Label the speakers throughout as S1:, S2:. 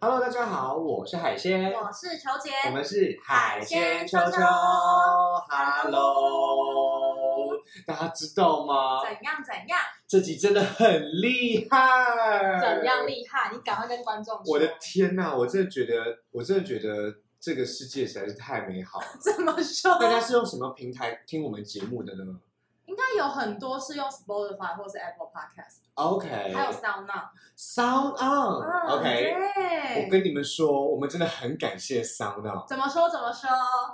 S1: Hello，大家好，我是海鲜，
S2: 我是球姐，
S1: 我们是海鲜球
S2: 海鲜
S1: 球
S2: 球球
S1: ，Hello，大家知道吗？
S2: 怎样怎样
S1: 这集真的很厉害，
S3: 怎样？厉害？你赶快跟观众说。
S1: 呃我的天呐，我真的觉得，我真的觉得这个世界实在是太美好 了。
S3: 这么说，
S1: 大家是用什么平台听我们节目的呢
S3: 应该有很多是用 Spotify 或是 Apple Podcast，
S1: ？OK，
S3: 还有 Sound On。
S1: Sound
S3: 嗯
S1: On，OK、
S3: 对
S1: 哦我跟你们说，我们真的很感谢 Sound On。
S3: 怎么说怎么说？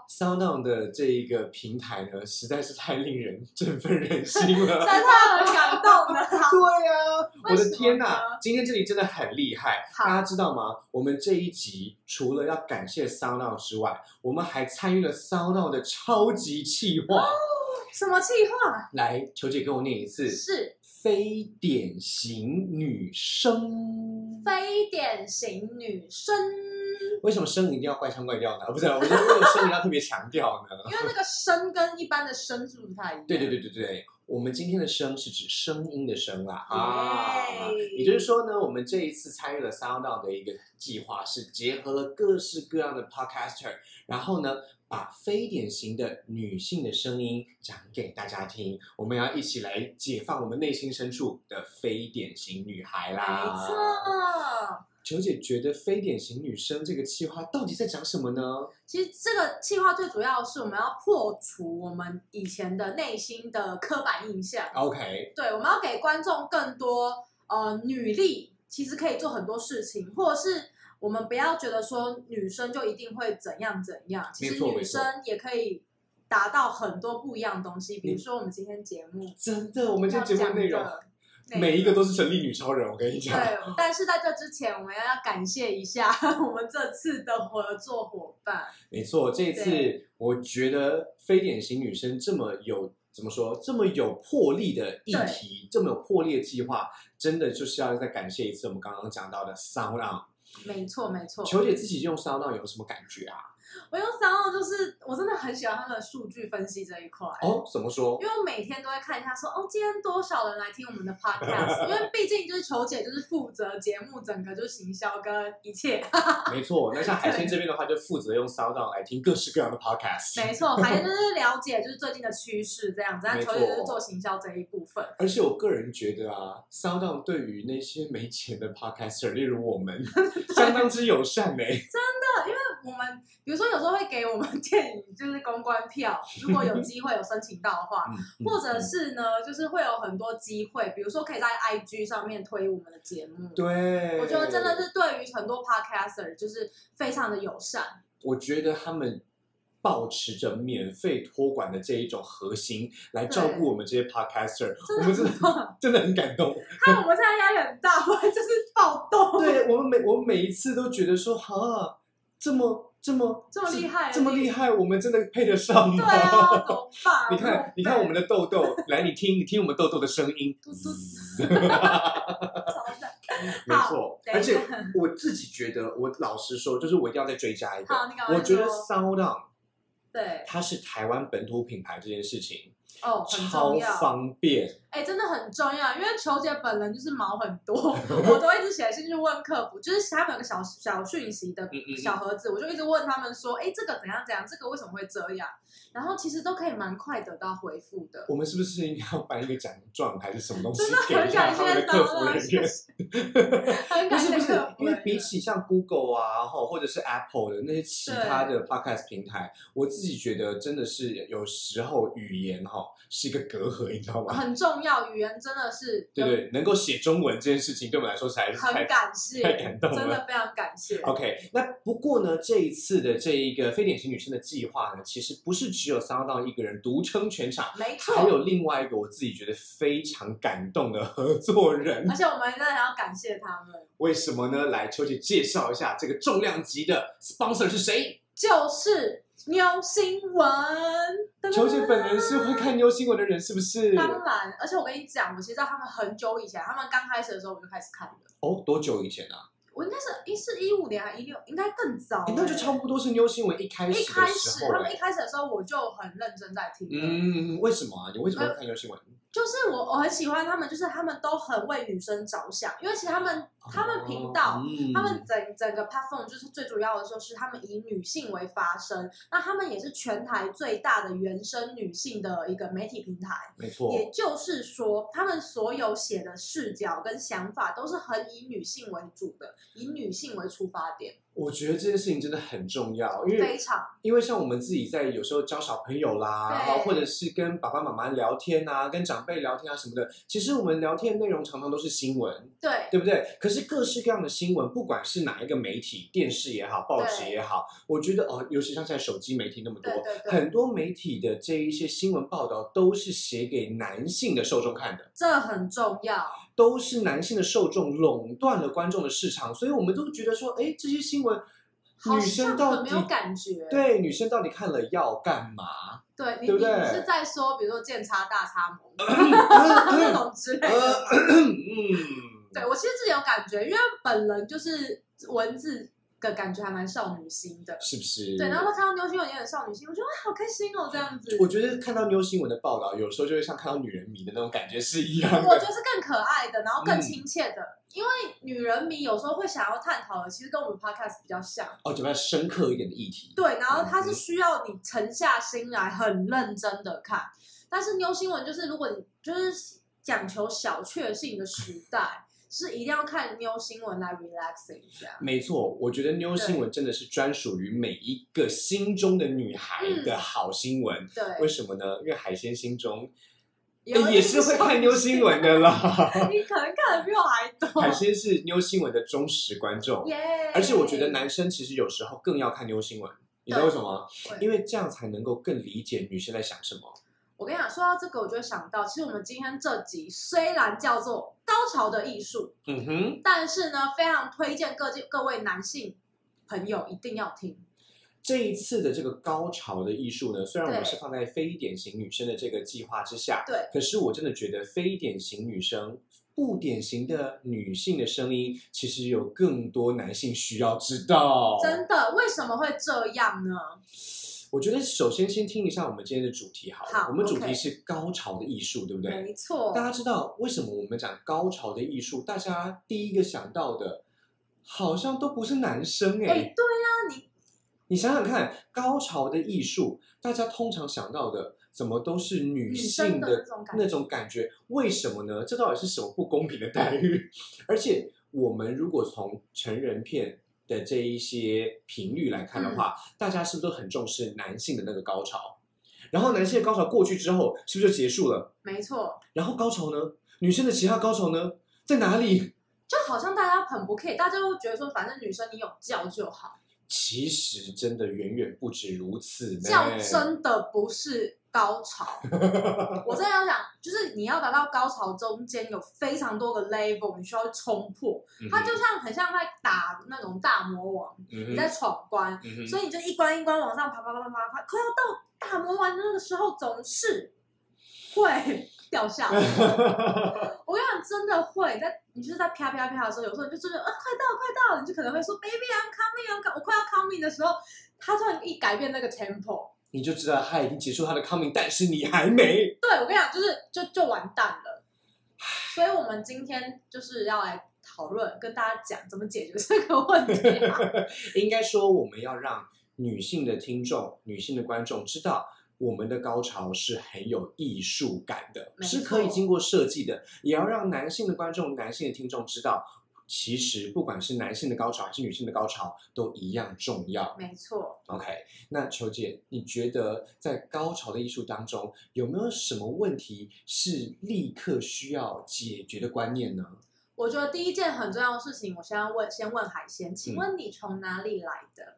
S1: Sound On 的这一个平台呢，实在是太令人振奋人心了。
S3: 真的很感动的。
S1: 对呀、我
S3: 啊为
S1: 的
S3: 什么
S1: 天
S3: 呢
S1: 呐，今天这里真的很厉害，
S3: 好
S1: 大家知道吗？我们这一集除了要感谢 Sound On 之外，我们还参与了 Sound On 的超级企
S3: 哦
S1: 划。
S3: 什么计划？
S1: 来，球姐跟我念一次：
S3: 是
S1: 非典型女生。
S3: 非典型女生，因
S1: 为什么生一定要怪腔怪调呢？不是，我说为什么生一定要特别强调呢？
S3: 为那个生跟一般的生是不太一样。
S1: 对对对对对，我们今天的声是指声音的声啦啊，
S3: 耶
S1: 也就是说呢，我们这一次参与了 Sound On 的一个计划，是结合了各式各样的 podcaster，然后呢，把非典型的女性的声音讲给大家听，我们要一起来解放我们内心深处的非典型女孩啦。
S3: 没错。
S1: 球姐觉得非典型女生这个计划到底在讲什么呢？
S3: 其实这个计划最主要是我们要破除我们以前的内心的刻板印象。
S1: OK，
S3: 对，我们要给观众更多呃女力，其实可以做很多事情，或者是我们不要觉得说女生就一定会怎样怎样，其
S1: 没
S3: 实
S1: 错没
S3: 女
S1: 错
S3: 生也可以达到很多不一样的东西，比
S1: 你
S3: 如说我们今天节目
S1: 真的，我们
S3: 要
S1: 这
S3: 讲
S1: 节目内容
S3: 的内
S1: 每一个
S3: 容
S1: 都是神力女超人，我跟你讲。
S3: 对，但是在这之前，我们要感谢一下 我们这次的合作伙伴，
S1: 没错，这一次
S3: 对
S1: 我觉得非典型女生这么有怎么说，这么有魄力的议题，这么有魄力的计划，真的就是要再感谢一次我们刚刚讲到的 Sound On。
S3: 没错没错。
S1: 球姐自己用 Sound On 有什么感觉啊？
S3: 我用三号就是我真的很喜欢他们的数据分析这一块。
S1: 哦，怎么说
S3: 因？为我每天都会看一下说，哦，今天多少人来听我们的 podcast，因为毕竟就是球姐就是负责节目整个就是行销跟一切，
S1: 没错，那像海鲜这边的话，就负责用 Sound On 来听各式各样的 Podcast。
S3: 没错，还有就是了解就是最近的趋势这样子，但
S1: 没
S3: 球
S1: 错
S3: 姐就是做行销这一部分，
S1: 而且我个人觉得啊，Sound On 对于那些没钱的 Podcaster，例如我 们，相当之友善呢、嗯
S3: 我们比如说有时候会给我们电影就是公关票，如果有机会有申请到的话。
S1: 嗯
S3: 或者是呢，就是会有很多机会，比如说可以在 IG 上面推我们的节目。
S1: 嗯对，
S3: 我觉得真的是对于很多 podcaster 就是非常的友善。
S1: 我觉得他们保持着免费托管的这一种核心来照顾我们这些 podcaster，我们真的真的很感 动。
S3: 看我们现在压力很大， 我就是暴动。
S1: 对我们每我们每一次都觉得说，哈，这么这么
S3: 这么厉害
S1: 这么厉害，我们真的配得上吗？
S3: 对啊， 怎么办？
S1: 你看，你看我们的豆豆，来，你听，你听我们豆豆的声音，
S3: 嘟嘟
S1: 没错。
S3: 等
S1: 而
S3: 一下
S1: 且我自己觉得，我老实说，就是我一定要再追加一个
S3: 好，，你赶快
S1: 我觉得
S3: 说
S1: Sound On
S3: 对
S1: 它是台湾本土品牌这件事情
S3: 哦，很
S1: 超
S3: 重要。
S1: 方便，
S3: 哎、真的很重要，因为球姐本人就是毛很多， 我都一直写信去问客服，就是他们有个小小讯息的
S1: 嗯嗯嗯
S3: 小盒子，我就一直问他们说，哎、这个怎样怎样，这个为什么会这样？然后其实都可以蛮快得到回复的。
S1: 我们是不是应该要颁一个奖状还是什么东西
S3: 真的
S1: 给
S3: 很
S1: 一下
S3: 感
S1: 他们
S3: 谢
S1: 的
S3: 张
S1: 客服
S3: 老
S1: 人
S3: 师
S1: 员？，
S3: 很
S1: 不
S3: 感
S1: 是
S3: 谢
S1: 不是
S3: 客，服
S1: 因为
S3: 人
S1: 比
S3: 员。
S1: 起像 Google 啊，吼或者是 Apple 的那些其他的 Podcast 平台，我自己觉得真的是有时候语言哈是一个隔阂，你知道吗？
S3: 很重要，语言真的是
S1: 对对，能够写中文这件事情对我们来说实在是
S3: 很
S1: 太
S3: 感谢，
S1: 太感动了
S3: 真的非常感谢。
S1: OK，那不过呢，这一次的这一个非典型女生的计划呢，其实不是只有桑道一个人独撑全场，
S3: 没
S1: 还
S3: 错，
S1: 有另外一个我自己觉得非常感动的合作人
S3: 而。且我们真的要感谢他们，
S1: 为什么呢？来，秋姐介绍一下这个重量级的 sponsor 是谁？
S3: 就是牛新闻。
S1: 秋姐本人是会看牛新闻的人，是不是？
S3: 当然，而且我跟你讲，我其实知道他们很久以前，他们刚开始的时候我就开始看了。
S1: 哦，多久以前啊？
S3: 我应该是一四一五年还一六，应该更早、
S1: 哎诶那就差
S3: 超
S1: 不多是牛新闻一开
S3: 一
S1: 始的
S3: 开
S1: 时
S3: 始，
S1: 候
S3: 他
S1: 了
S3: 们一。开始的时候我就很认真在听了。
S1: 嗯，为什么啊？你为什么会看牛新闻？
S3: 就是我我很喜欢他们，就是他们都很为女生着想，因为其实他们他们频道
S1: 嗯
S3: 他们整整个 platform 就是最主要的就是他们以女性为发声，那他们也是全台最大的原生女性的一个媒体平台。
S1: 没错，
S3: 也就是说，他们所有写的视角跟想法都是很以女性为主的，以女性为出发点，
S1: 我觉得这件事情真的很重要，因
S3: 非
S1: 为
S3: 常
S1: 因为像我们自己在有时候教小朋友啦，
S3: 对
S1: 然后或者是跟爸爸妈妈聊天啊，跟长辈聊天啊什么的，其实我们聊天的内容常常都是新闻，
S3: 对
S1: 对不对？可是各式各样的新闻，不管是哪一个媒体，电视也好，报纸也好，我觉得哦，尤其像现在手机媒体那么多
S3: 对，对对，
S1: 很多媒体的这一些新闻报道都是写给男性的受众看的，
S3: 这很重要。
S1: 都是男性的受众垄断了观众的市场，所以我们都觉得说，哎，这些新闻。
S3: 好
S1: 女生
S3: 像
S1: 到
S3: 很
S1: 底
S3: 没有感觉，
S1: 对，女生到底看了要干嘛？
S3: 对，你
S1: 对不
S3: 你
S1: 对
S3: 你是在说，比如说剑插大插 模那
S1: 呃
S3: 种之类的。
S1: 呃嗯，
S3: 嗯对我其实自己有感觉，因为本人就是文字的感觉还蛮少女心的，
S1: 是不是？
S3: 对，然后他看到妞新闻也很少女心，我觉得哇好开心哦这样子，
S1: 嗯我觉得看到妞新闻的报道，有时候就会像看到女人迷的那种感觉是一样
S3: 我
S1: 的。
S3: 觉得是更可爱的，然后更
S1: 嗯
S3: 亲切的，因为女人迷有时候会想要探讨的，其实跟我们 podcast 比较像，
S1: 哦，准备深刻一点的议题。
S3: 对，然后它是
S1: 嗯
S3: 需要你沉下心来，很认真的看，但是妞新闻就是如果你就是讲求小确幸的时代，是一定要看妞新闻来 relaxing 一下。
S1: 没错，我觉得妞新闻真的是专属于每一个心中的女孩的好新闻。为
S3: 嗯对，
S1: 什么呢？因为海鲜心中
S3: 有
S1: 诶
S3: 一
S1: 也是会看妞新闻的啦。
S3: 你可能看的比我还多。
S1: 海鲜是妞新闻的忠实观众。
S3: 耶！
S1: 而且我觉得男生其实有时候更要看妞新闻，你知道为什么吗？
S3: 对
S1: 因为这样才能够更理解女生在想什么。
S3: 我跟你讲，说到这个，我就会想到，其实我们今天这集虽然叫做《高潮的艺术
S1: 嗯》，哼，
S3: 但是呢，非常推荐各界各位男性朋友一定要听。
S1: 这一次的这个高潮的艺术呢，虽然我们
S3: 对
S1: 是放在非典型女生的这个计划之下，
S3: 对，
S1: 可是我真的觉得非典型女生。不典型的女性的声音，其实有更多男性需要知道。
S3: 真的，为什么会这样呢？
S1: 我觉得首先先听一下我们今天的主题好了。
S3: 好
S1: 我们主题
S3: OK 嗯
S1: 是高潮的艺术，对不对？
S3: 没错，
S1: 大家知道为什么我们讲高潮的艺术，大家第一个想到的，好像都不是男生哎、
S3: 哎、对呀、你
S1: 你想想看，高潮的艺术，大家通常想到的怎么都是女性
S3: 女生的那种感觉
S1: 那种感觉？为什么呢？这到底是什么不公平的待遇？ 而且我们如果从成人片的这一些频率来看的话，
S3: 嗯
S1: 大家是不是都很重视男性的那个高潮？然后男性的高潮过去之后，是不是就结束了？
S3: 没错，
S1: 然后高潮呢？女生的其他高潮呢？在哪里？
S3: 就好像大家很不 care，大家会觉得说，反正女生你有叫就好，
S1: 其实真的远远不止如此呢。嗯
S3: 叫真的不是高潮。我真的要讲，就是你要达到高潮，中间有非常多个 level，你需要冲破。
S1: 嗯哼，嗯
S3: 它就像很像在打那种大魔王，你
S1: 你
S3: 在闯关，所
S1: 以
S3: 以你就一关一关往上爬爬爬爬爬，爬快要到大魔王的那个时候，总是会掉下来。我跟你讲，真的会，在你就是在啪啪啪的时候，有时候你就真的啊，快到快到，你就可能会说 baby I'm coming I'm coming，我快要 coming 的时候，他突然一改变那个 tempo，
S1: 你就知道他已经结束他的 coming，但是你还没。
S3: 对我跟你讲，就是就就完蛋了。所以我们今天就是要来讨论，跟大家讲怎么解决这个问题、啊。
S1: 应该说，我们要让女性的听众、女性的观众知道。我们的高潮是很有艺术感的，
S3: 没错
S1: 是可以经过设计的，也要让男性的观众、男性的听众知道，其实不管是男性的高潮还是女性的高潮，都一样重要。
S3: 没错，
S1: OK，那球姐，你觉得在高潮的艺术当中，有没有什么问题是立刻需要解决的观念呢？
S3: 我觉得第一件很重要的事情，我先要问，先问海鲜，请问你从哪里来的？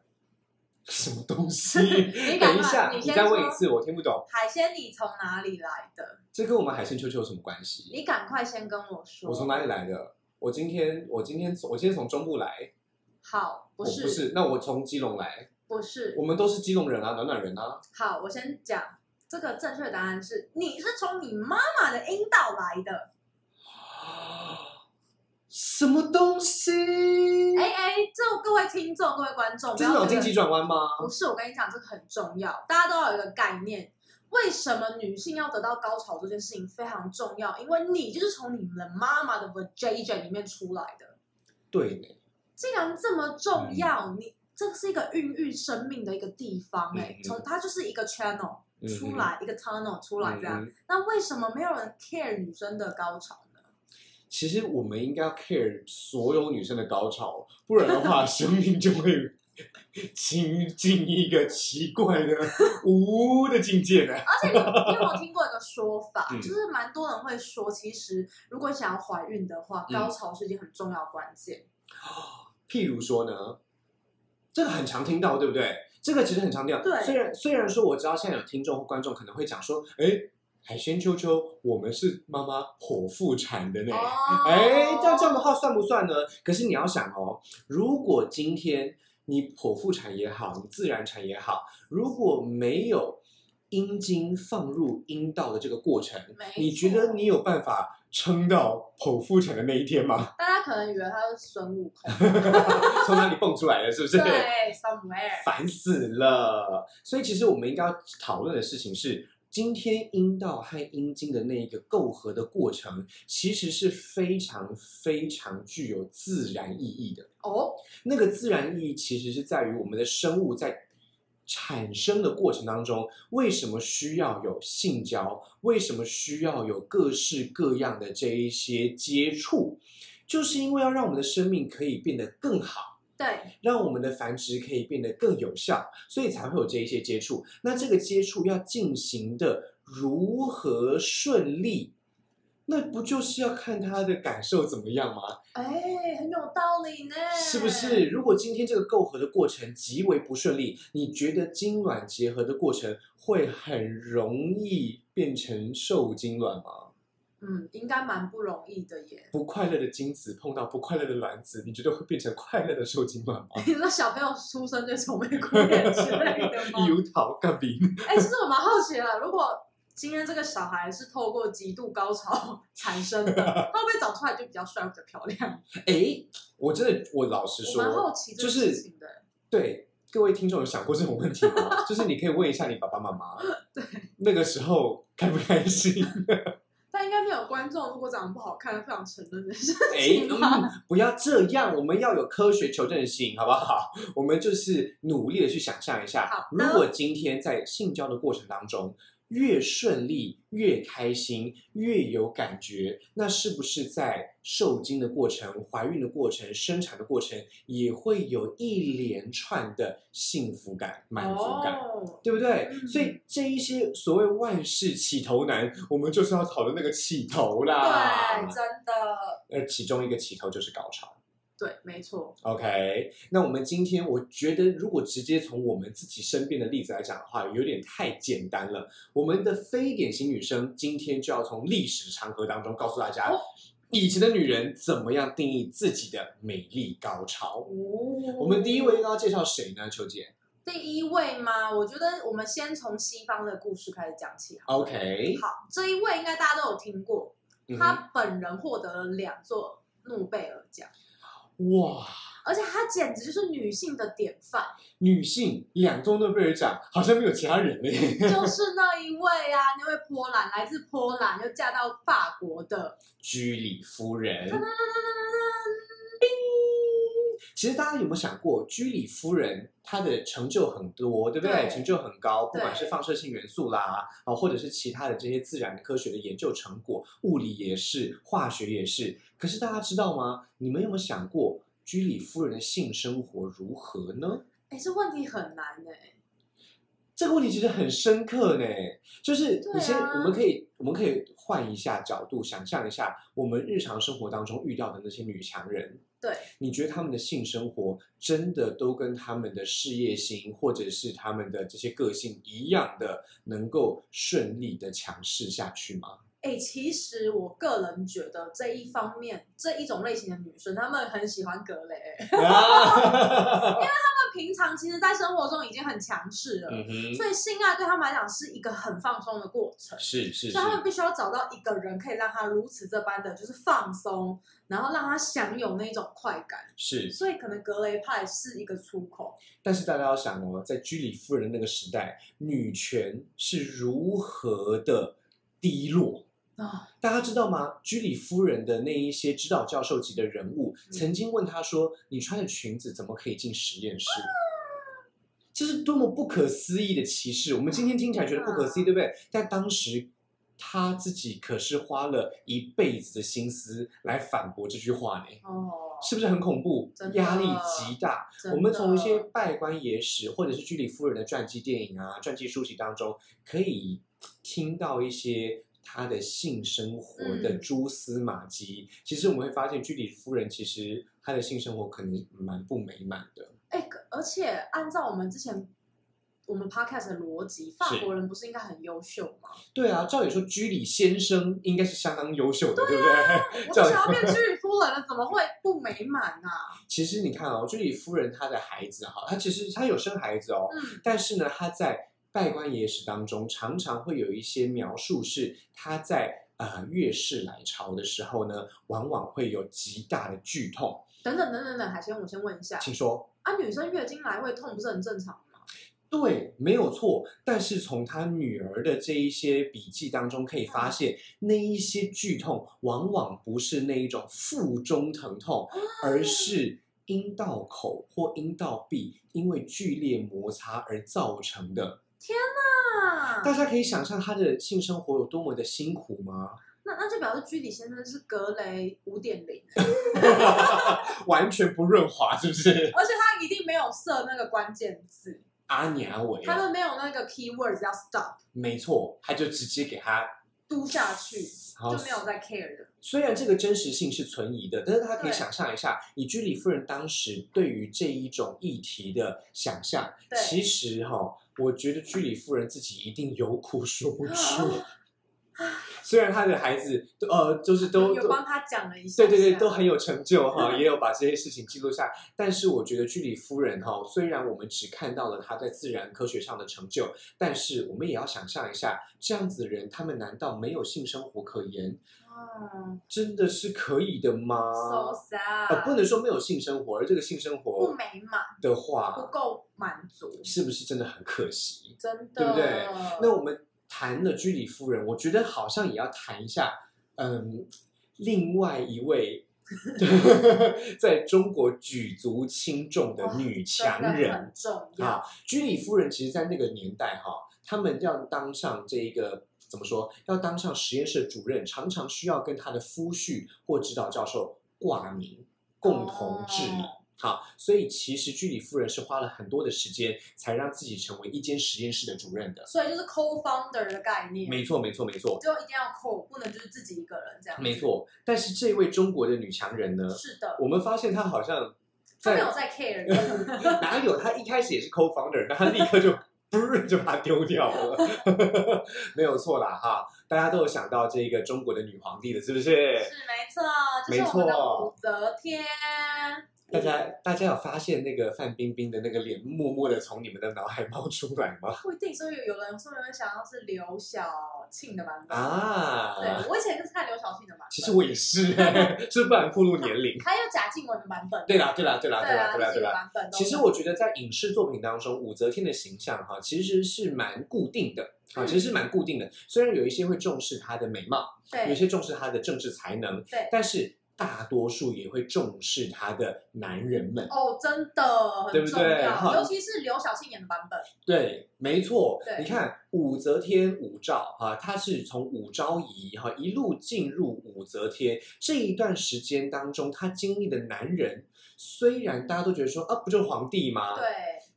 S1: 什么东西？
S3: 你赶
S1: 等一下，
S3: 快，
S1: 你
S3: 你先
S1: 再问
S3: 说
S1: 一次，我听不懂。
S3: 海鲜，你从哪里来的？
S1: 这跟我们海鲜球球有什么关系？
S3: 你赶快先跟我说。
S1: 我从哪里？来的？我今天，我今天，我今天从中部来，
S3: 好，不
S1: 我
S3: 是，
S1: 不是，那我从基隆来，
S3: 不是
S1: 我们都是基隆人啊，暖暖人啊。
S3: 好，我先讲这个正确的答案是，你是从你妈妈的阴道来的。
S1: 嗯什么东西？
S3: 哎哎，这各位听众、各位观众，不
S1: 这是
S3: 要
S1: 脑
S3: 觉
S1: 筋
S3: 得
S1: 急转弯吗？
S3: 不是，我跟你讲，这个很重要，大家都要有一个概念。为什么女性要得到高潮这件事情非常重要？因为你就是从你们妈妈的 vagina 里面出来的，
S1: 对呢，
S3: 既然这么重
S1: 嗯
S3: 要，你这是一个孕育生命的一个地方哎、
S1: 嗯嗯
S3: 从它就是一个 channel
S1: 嗯
S3: 出来，一个 tunnel 出来这样。。
S1: 嗯嗯
S3: 那为什么没有人 care 女生的高潮呢？
S1: 其实我们应该要 care 所有女生的高潮，不然的话， 生命就会亲近一个奇怪的无的境界的。
S3: 而且你你有没有听过一个说法，
S1: 嗯
S3: 就是蛮多人会说，其实如果想要怀孕的话，
S1: 嗯
S3: 高潮是一件很重要的关键。
S1: 譬如说呢，这个很常听到，对不对？这个其实很常听到。
S3: 对
S1: 虽然虽然说我知道现在有听众或观众可能会讲说，哎，海鲜秋秋，我们是妈妈剖腹产的呢。
S3: 哦，
S1: 哎，这样这样的话算不算呢？可是你要想哦，如果今天你剖腹产也好，你自然产也好，如果没有阴茎放入阴道的这个过程，
S3: 没错
S1: 你觉得你有办法撑到剖腹产的那一天吗？
S3: 大家可能以为他是孙悟空，
S1: 从哪里蹦出来的？是不是？
S3: 对，somewhere，
S1: 烦死了！所以其实我们应该要讨论的事情是，今天阴道和阴茎的那一个构合的过程，其实是非常非常具有自然意义的。
S3: 哦，
S1: 那个自然意义其实是在于我们的生物在产生的过程当中，为什么需要有性交？为什么需要有各式各样的这一些接触？就是因为要让我们的生命可以变得更好。
S3: 对，
S1: 让我们的繁殖可以变得更有效，所以才会有这一些接触。那这个接触要进行的如何顺利，那不就是要看他的感受怎么样吗？
S3: 哎，很有道理呢，
S1: 是不是？？如果今天这个构合的过程极为不顺利，你觉得精卵结合的过程会很容易变成受精卵吗？
S3: 嗯，应该蛮不容易的耶。
S1: 不快乐的精子碰到不快乐的卵子，你觉得会变成快乐的受精卵吗？
S3: 你说小朋友出生就从玫瑰园之类的吗？
S1: 有桃干饼。
S3: 哎、其实我蛮好奇啊的，如果今天这个小孩是透过极度高潮 产生的，他会不会长出来就比较帅、比较漂亮？
S1: 哎，我真的，我老实
S3: 我蛮好
S1: 说，
S3: 奇这
S1: 就
S3: 个
S1: 是
S3: 事情的。
S1: 对各位听众有想过这种问题吗？就是你可以问一下你爸爸妈妈，那个时候开不开心？
S3: 但应该没有观众，如果长得不好看，非常承认的事
S1: 哎、
S3: 情吧？
S1: 嗯，不要这样，我们要有科学求证性，好不好？我们就是努力的去想象一下
S3: 好，
S1: 如果今天在性交的过程当中。越顺利，越开心，越有感觉，那是不是在受精的过程、怀孕的过程、生产的过程，也会有一连串的幸福感、满足感？
S3: 哦，
S1: 对不对？
S3: 嗯
S1: 所以这一些所谓万事起头难，我们就是要讨论那个起头啦。
S3: 对，真的，
S1: 而其中一个起头就是高潮。
S3: 对，没错。
S1: OK，那我们今天我觉得，如果直接从我们自己身边的例子来讲的话，有点太简单了。我们的非典型女生今天就要从历史长河当中告诉大家，
S3: 哦
S1: 以前的女人怎么样定义自己的美丽高
S3: 哦
S1: 潮。
S3: 我
S1: 我们第一位要介绍谁呢？秋姐
S3: 第一位吗？我觉得我们先从西方的故事开始讲起好了。
S1: ，OK，
S3: 好，这一位应该大家都有听过，
S1: 嗯哼
S3: 他本人获得了两座诺贝尔奖，
S1: 哇，
S3: 而且他简直就是女性的典范，
S1: 女性两座诺贝尔奖，好像没有其他人嘞。
S3: 就是那一位啊，那位波兰来自波兰又嫁到法国的，
S1: 居里夫人，其实大家有没有想过，居里夫人她的成就很多，对不对？
S3: 对
S1: 成就很高，不
S3: 对
S1: 管是放射性元素啦，啊，或者是其他的这些自然的科学的研究成果，物理也是，化学也是。可是大家知道吗？你们有没有想过，居里夫人的性生活如何呢？
S3: 哎，这问题很难哎、
S1: 这个问题其实很深刻呢，就是
S3: 对啊
S1: 你先，我们可以，我们可以换一下角度，想象一下我们日常生活当中遇到的那些女强人，
S3: 对，
S1: 你觉得她们的性生活真的都跟她们的事业心或者是她们的这些个性一样的，能够顺利的强势下去吗？
S3: 哎、其实我个人觉得这一方面这一种类型的女生，她们很喜欢格雷、欸，
S1: 啊
S3: 她们平常其实在生活中已经很强势了，
S1: 嗯哼，
S3: 所以性爱对她们来讲是一个很放松的过程。
S1: 是是是
S3: 所以，他们必须要找到一个人，可以让他如此这般的，就是放松，然后让他享有那种快感。
S1: 是
S3: 所以，可能格雷派是一个出口。
S1: 但是大家要想哦，在居里夫人那个时代，女权是如何的低落，
S3: 啊，
S1: 大家知道吗？居里夫人的那一些指导教授级的人物，
S3: 嗯
S1: 曾经问她说：“你穿的裙子怎么可以进实验室？”这是多么不可思议的歧视！我们今天听起来觉得不可
S3: 啊
S1: 思议，对不对？但当时她自己可是花了一辈子的心思来反驳这句话呢，
S3: 哦，
S1: 是不是很恐怖
S3: 真？的
S1: 压力极大。
S3: 真的
S1: 我们从一些拜官野史或者是居里夫人的传记电影啊、传记书籍当中，可以听到一些她的性生活的
S3: 嗯
S1: 蛛丝马迹。其实我们会发现，居里夫人其实她的性生活可能蛮不美满的。
S3: 哎、可而且按照我们之前我们 podcast 的逻辑，法国人不是应该很优秀 吗？
S1: 对啊，照理说居里先生应该是相当优秀的，对不对？
S3: 我
S1: 照
S3: 都
S1: 理
S3: 想要变居里夫人了，怎么会不美满 啊？
S1: 其实你看哦，居里夫人她的孩子哈，她其实她有生孩子哦，
S3: 嗯，
S1: 但是呢，他在拜官野史当中常常会有一些描述是他在呃月事来潮的时候呢，往往会有极大的剧痛。
S3: 等等等等等，海鲜，我先问一下，
S1: 请说，
S3: 啊，女生月经来会痛不是很正常吗？
S1: 对，没有错。但是从他女儿的这一些笔记当中可以发现，那一些剧痛往往不是那一种腹中疼痛，而是。阴道口或阴道壁因为剧烈摩擦而造成的，
S3: 啊，
S1: 大家可以想象他的性生活有多么的辛苦吗？
S3: 那那就表示居里先生是格雷五点零，
S1: 完全不润滑，是不是？
S3: 而且他一定没有设那个关键字，
S1: 阿娘伟，
S3: 他们没有那个 keywords 要 stop
S1: 没错，他就直接给他，
S3: 嘟下去，
S1: 好
S3: 就没有在 care 的。
S1: 虽然这个真实性是存疑的，但是他可以
S3: 对
S1: 想象一下，以居里夫人当时对于这一种议题的想象，
S3: 对
S1: 其实哈、我觉得居里夫人自己一定有苦说不出。 虽然她的孩子呃，就是都
S3: 有
S1: 都
S3: 帮他讲了一下
S1: 对
S3: 下，
S1: 对对，都很有成就 哈，也有把这些事情记录下。但是我觉得居里夫人哈，虽然我们只看到了她在自然科学上的成就，但是我们也要想象一下，这样子的人，他们难道没有性生活可言？
S3: 哦
S1: 真的是可以的吗？
S3: ，so sad，、
S1: 呃，不能说没有性生活，而这个性生
S3: 不
S1: 活
S3: 美满，
S1: 的
S3: 不
S1: 话，
S3: 够满足，
S1: 是不是真的很可惜？
S3: 真的，
S1: 对不对那我们谈了居里夫人，我觉得好像也要谈一下，嗯，另外一 位 在中国举足轻重的女强
S3: 真的
S1: 人
S3: 很重要，
S1: 啊，居里夫人。其实，在那个年代哈、他们要当上这一个。怎么说？要当上实验室主任，常常需要跟他的夫婿或指导教授挂名，共同治理。
S3: 哦
S1: 好，所以其实居里夫人是花了很多的时间，才让自己成为一间实验室的主任的。
S3: 所以就是 co-founder 的概念，
S1: 没错，没错，没错，
S3: 就一定要 co，不能就是自己一个人这样，
S1: 没，错。但是这位中国的女强人呢，
S3: 是的，
S1: 我们发现她好像
S3: 他没
S1: 在
S3: 有在 care 的
S1: 哪有？她一开始也是 co-founder，但她 立刻就不是就把它丢掉了， 没有错啦哈。大家都有想到这个中国的女皇帝了，是不是？
S3: 是没错，就是我们
S1: 没
S3: 的
S1: 错
S3: 武则天。
S1: 大家大家有发现那个范冰冰的那个脸默默的从你们的脑海冒出来吗？
S3: 不一定，所以有人说有人想要是刘晓庆的版本。
S1: 啊，
S3: 对，我以前就是看刘晓庆的版本。
S1: 其实我也是、 欸，是不然暴露年龄。
S3: 还有贾静雯的版本。
S1: 对啦，对啦，对啦，对
S3: 对啊
S1: 啦，对啦，
S3: 这几
S1: 对
S3: 个
S1: 啦。
S3: 版本都有。
S1: 其实我觉得在影视作品当中，武则天的形象哈、其实是蛮固定的啊，
S3: 嗯
S1: 其实是蛮固定的。虽然有一些会重视她的美貌，有
S3: 对
S1: 些重视她的政治才能，
S3: 对
S1: 但是大多数也会重视她的男人们。
S3: 哦，真的
S1: 对
S3: 很
S1: 不
S3: 重
S1: 对
S3: 要，
S1: 哈
S3: 尤其是刘晓庆演的版本。
S1: 对，没错。
S3: 对
S1: 你看武则天、武曌啊，她是从武昭仪哈、一路进入武则天这一段时间当中，她经历的男人，虽然大家都觉得说啊，不就是皇帝吗？
S3: 对，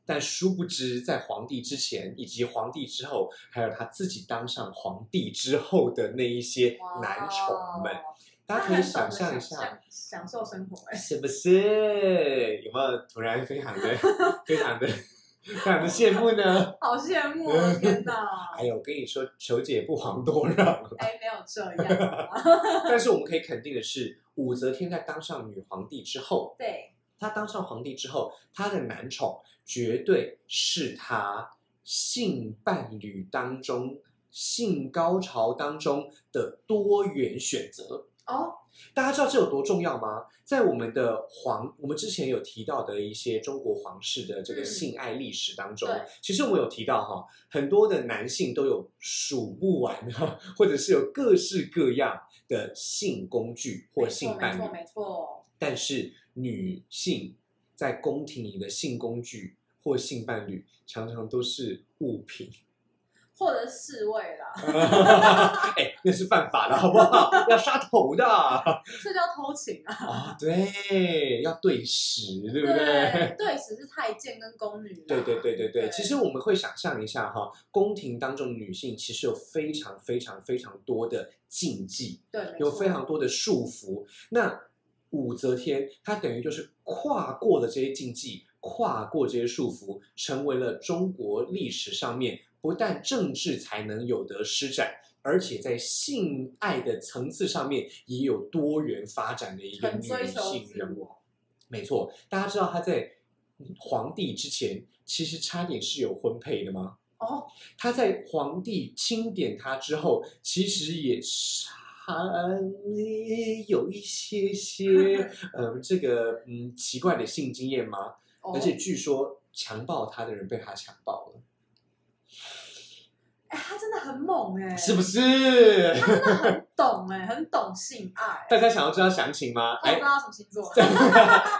S1: 但殊不知，在皇帝之前，以及皇帝之后，还有他自己当上皇帝之后的那一些
S3: 哇
S1: 男宠们，，大
S3: 他
S1: 家可以
S3: 很懂
S1: 想
S3: 得
S1: 象一下，
S3: 享，享受生活。 哎，
S1: 是不是？有没有突然非常 的、非常的、非常的羡慕呢？
S3: 好羡 慕哦，天哪！
S1: 哎呦，我跟你说，求姐不遑多让。
S3: 哎，没有这样啊。
S1: 但是我们可以肯定的是，武则天在当上女皇帝之后，
S3: 对，
S1: 她当上皇帝之后，她的男宠绝对是她性伴侣当中、性高潮当中的多元选择。
S3: 哦，
S1: 大家知道这有多重要吗？在我们的皇，我们之前有提到的一些中国皇室的这个
S3: 嗯
S1: 性爱历史当中，
S3: 对
S1: 其实我们有提到哈，很多的男性都有数不完哈，或者是有各式各样的性工具 或
S3: 没
S1: 性
S3: 错，
S1: 伴
S3: 没
S1: 侣
S3: 错，，没错，
S1: 但是女性在宫廷里的性工具或性伴侣常常都是物品。
S3: 或者侍卫 啦，
S1: 哎、那是犯法的，好不好？要杀头的啊、
S3: 这叫偷情啊，
S1: 对，要对时，对不
S3: 对？对，只是太监跟宫女啦，
S1: 对对对对对，
S3: 对
S1: 其实我们会想象一下哈，宫廷当中女性其实有非常非常非常多的禁忌，
S3: 对，没
S1: 有
S3: 错
S1: 非常多的束缚。那武则天她等于就是跨过了这些禁忌，跨过这些束缚，成为了中国历史上面不但政治才能有得施展，而且在性爱的层次上面也有多元发展的一个
S3: 很
S1: 女
S3: 追求
S1: 性
S3: 自
S1: 人物。
S3: 我，
S1: 没错，大家知道她在皇帝之前其实差点是有婚配的吗？
S3: 哦，
S1: 她在皇帝钦点她之后，其实也差有一些些 呃这个嗯奇怪的性经验吗？
S3: 哦
S1: 而且据说强暴她的人被她强暴了，
S3: 哎，他真的很猛哎，
S1: 是不是？
S3: 他真的很懂哎，很懂性爱。
S1: 大家想要知道详情吗？
S3: 我不
S1: 哎
S3: 知，道什么星座，啊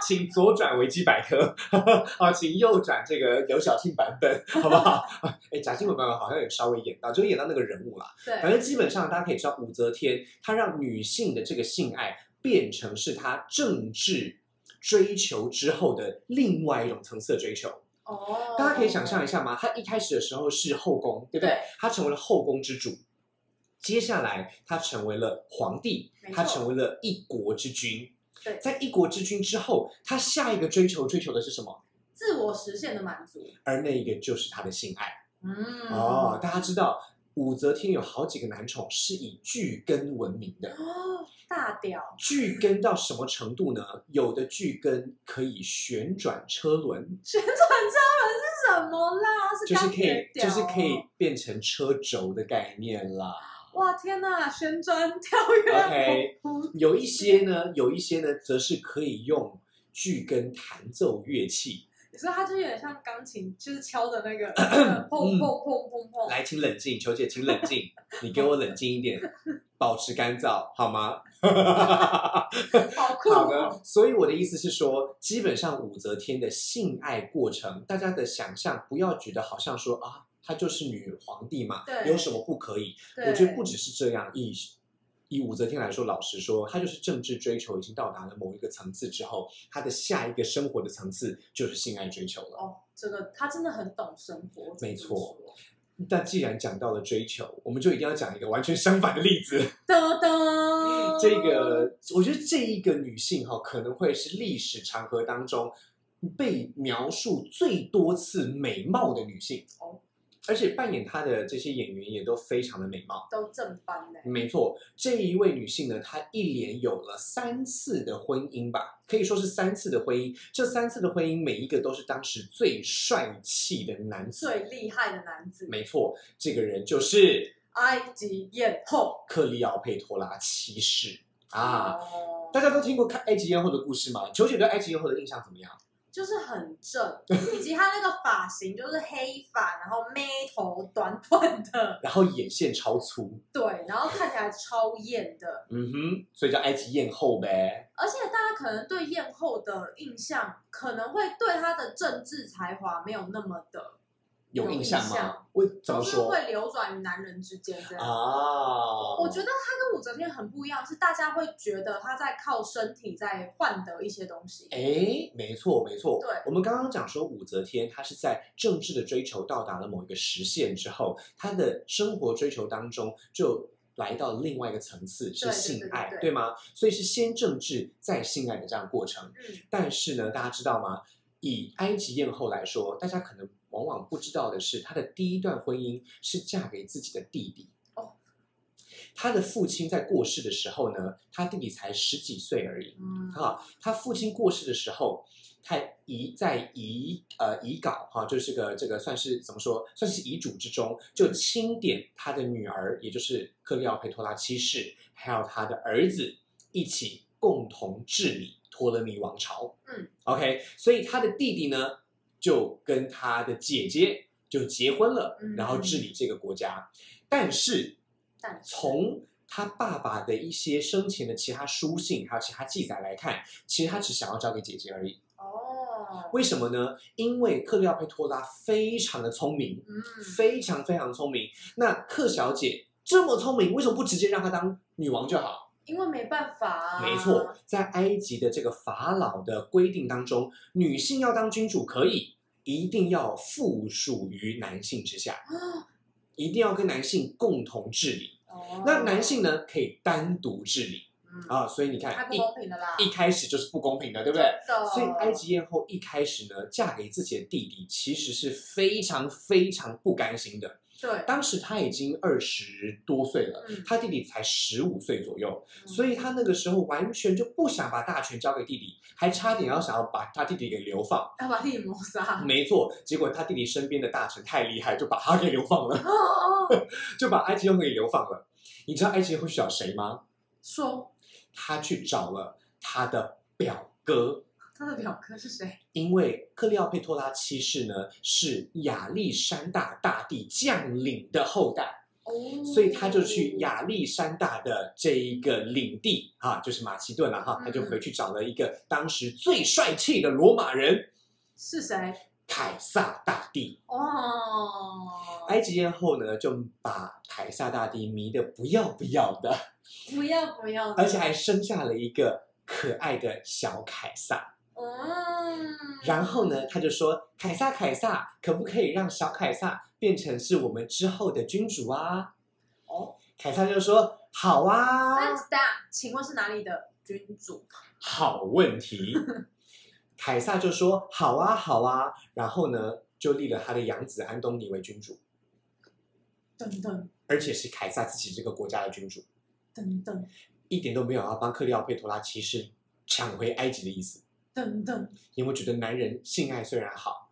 S1: 请左转维基百科， 好，请右转这个刘晓庆版本，好不好？ 哎，贾静雯版本好像有稍微演到，就演到那个人物啦。反
S3: 对，
S1: 正基本上大家可以知道，武则天她让女性的这个性爱变成是她政治追求之后的另外一种层次的追求。
S3: 哦，
S1: 大家可以想象一下嘛，她一开始的时候是后宫，对不对
S3: 对？
S1: 她成为了后宫之主，接下来她成为了皇帝
S3: 没，错
S1: 她成为了一国之君。
S3: 对
S1: 在一国之君之后，她下一个追求追求的是什么？
S3: 自我实现的满足，
S1: 而那一个就是她的性爱、
S3: 嗯，
S1: 哦。大家知道，武则天有好几个男宠是以巨根闻名的。
S3: 哦，大屌，
S1: 巨根到什么程度呢？有的巨根可以旋转车轮，
S3: 旋转车轮是什么啦？是
S1: 就是
S3: 钢
S1: 可以
S3: 铁，屌
S1: 就
S3: 哦，
S1: 是可以变成车轴的概念啦。
S3: 哇天呐，旋转跳跃
S1: OK
S3: 舞步
S1: 有一些呢，有一些呢，则是可以用巨根弹奏乐器。
S3: 你说它就有点像钢琴，就是敲的 那个
S1: 嗯
S3: 砰砰砰砰砰，
S1: 来，请冷静，球姐，请冷静，你给我冷静一点，保持干燥好吗？
S3: 好酷
S1: 好的
S3: 哦！，
S1: 所以我的意思是说，基本上武则天的性爱过程，大家的想象不要觉得好像说啊，她就是女皇帝嘛，
S3: 对
S1: 有什么不可以？
S3: 对
S1: 我觉得不只是这样，以以武则天来说，老实说，她就是政治追求已经到达了某一个层次之后，她的下一个生活的层次就是性爱追求了。
S3: 哦，这个他真的很懂生活，
S1: 没错
S3: 我
S1: 但既然讲到了追求，我们就一定要讲一个完全相反的例子。
S3: 只能这么说，噔 噔，
S1: 这个，我觉得这一个女性哈、可能会是历史长河当中被描述最多次美貌的女性
S3: 哦，
S1: 而且扮演她的这些演员也都非常的美貌。
S3: 都正翻嘞，
S1: 没错，这一位女性呢，她一连有了三次的婚姻吧，可以说是三次的婚姻。这三次的婚姻，每一个都是当时最帅气的男子。
S3: 最厉害的男子，
S1: 没错，这个人就是
S3: 埃及艳后
S1: 克里奥佩托拉七世啊。，
S3: 哦
S1: 大家都听过看埃及艳后的故事吗？球姐对埃及艳后的印象怎么样？
S3: 就是 很正，以及他那个发型就是黑发，然后妹头短短的，
S1: 然后眼线超粗，
S3: 对，然后看起来超艳的。
S1: 嗯哼，所以叫埃及艳后呗。
S3: 而且大家可能对艳后的印象，可能会对她的政治才华没有那么的，
S1: 有印象
S3: 有印
S1: 吗
S3: 象？
S1: 我怎么
S3: 总是
S1: 说
S3: 会流转于男人之间这样。
S1: 啊？
S3: 我觉得她跟武则天很不一样，是大家会觉得她在靠身体在换得一些东西。
S1: 哎，没错没错，
S3: 对
S1: 我们刚刚讲说武则天，她是在政治的追求到达了某一个实现之后，她的生活追求当中就来到另外一个层次，是
S3: 对对
S1: 性
S3: 对
S1: 爱，
S3: 对对
S1: 吗？所以是先政治再性爱的这样的过程。
S3: 嗯，
S1: 但是呢，大家知道吗？以埃及艳后来说，大家可能往往不知道的是，她的第一段婚姻是嫁给自己的弟弟。
S3: 哦，
S1: 她的父亲在过世的时候呢，她弟弟才十几岁而已。
S3: 嗯，
S1: 啊，她父亲过世的时候，她遗在遗呃遗稿哈、就是个这个算是怎么说，算是遗嘱之中就钦点她的女儿，也就是克利奥佩托拉七世，还有她的儿子一起共同治理托勒密王朝。
S3: 嗯
S1: ，OK，所以他的弟弟呢，就跟他的姐姐就结婚了，
S3: 嗯
S1: 然后治理这个国家。但是
S3: 但是
S1: 从他爸爸的一些生前的其他书信还有其他记载来看，其实他只想要交给姐姐而已。
S3: 哦，
S1: 为什么呢？因为克利奥佩托拉非常的聪明，
S3: 嗯，
S1: 非常非常聪明。那克小姐这么聪明，为什么不直接让她当女王就好？
S3: 因为没办法、啊，
S1: 没错，在埃及的这个法老的规定当中，女性要当君主可以，一定要附属于男性之下，
S3: 啊，
S1: 一定要跟男性共同治理。
S3: 哦，
S1: 那男性呢，可以单独治理
S3: 嗯
S1: 啊。所以你
S3: 太
S1: 看，
S3: 不公平了啦，
S1: 一一开始就是不公平的，对不对？
S3: 的哦
S1: 所以哎埃及艳后一开始呢，嫁给自己的弟弟，其实是非常非常不甘心的。
S3: 对，
S1: 当时他已经二十多岁了，
S3: 嗯
S1: 他弟弟才十五岁左右，
S3: 嗯
S1: 所以他那个时候完全就不想把大权交给弟弟，还差点要想要把他弟弟给流放。
S3: 要把弟弟谋杀，
S1: 没错，结果他弟弟身边的大臣太厉害，就把他给流放了，
S3: 哦哦，哦
S1: 就把埃及艳后给流放了。你知道埃及艳后去找谁吗？
S3: 说
S1: 他去找了他的表哥，
S3: 他的表哥是谁？
S1: 因为克利奥佩托拉七世呢是亚历山大大帝将领的后代。
S3: 哦，
S1: 所以他就去亚历山大的这一个领地啊，就是马其顿了哈，
S3: 嗯
S1: 他就回去找了一个当时最帅气的罗马人
S3: 是谁？
S1: 凯撒大帝。
S3: 哦，
S1: 埃及艳后呢，就把凯撒大帝迷得不要不要的，
S3: 不要不要的，
S1: 而且还生下了一个可爱的小凯撒。
S3: 嗯，
S1: 然后呢，他就说：“凯撒，凯撒，可不可以让小凯撒变成是我们之后的君主啊？”哦，凯撒就说：“好啊。”
S3: 那大家请问是哪里的君主？
S1: 好问题。凯撒就说：“好啊，好啊。”然后呢，就立了他的养子安东尼为君主，
S3: 等等
S1: 而且是凯撒自己这个国家的君主，
S3: 等等
S1: 一点都没有要帮克利奥佩托拉七世抢回埃及的意思，
S3: 等等，
S1: 因为觉得男人性爱虽然好，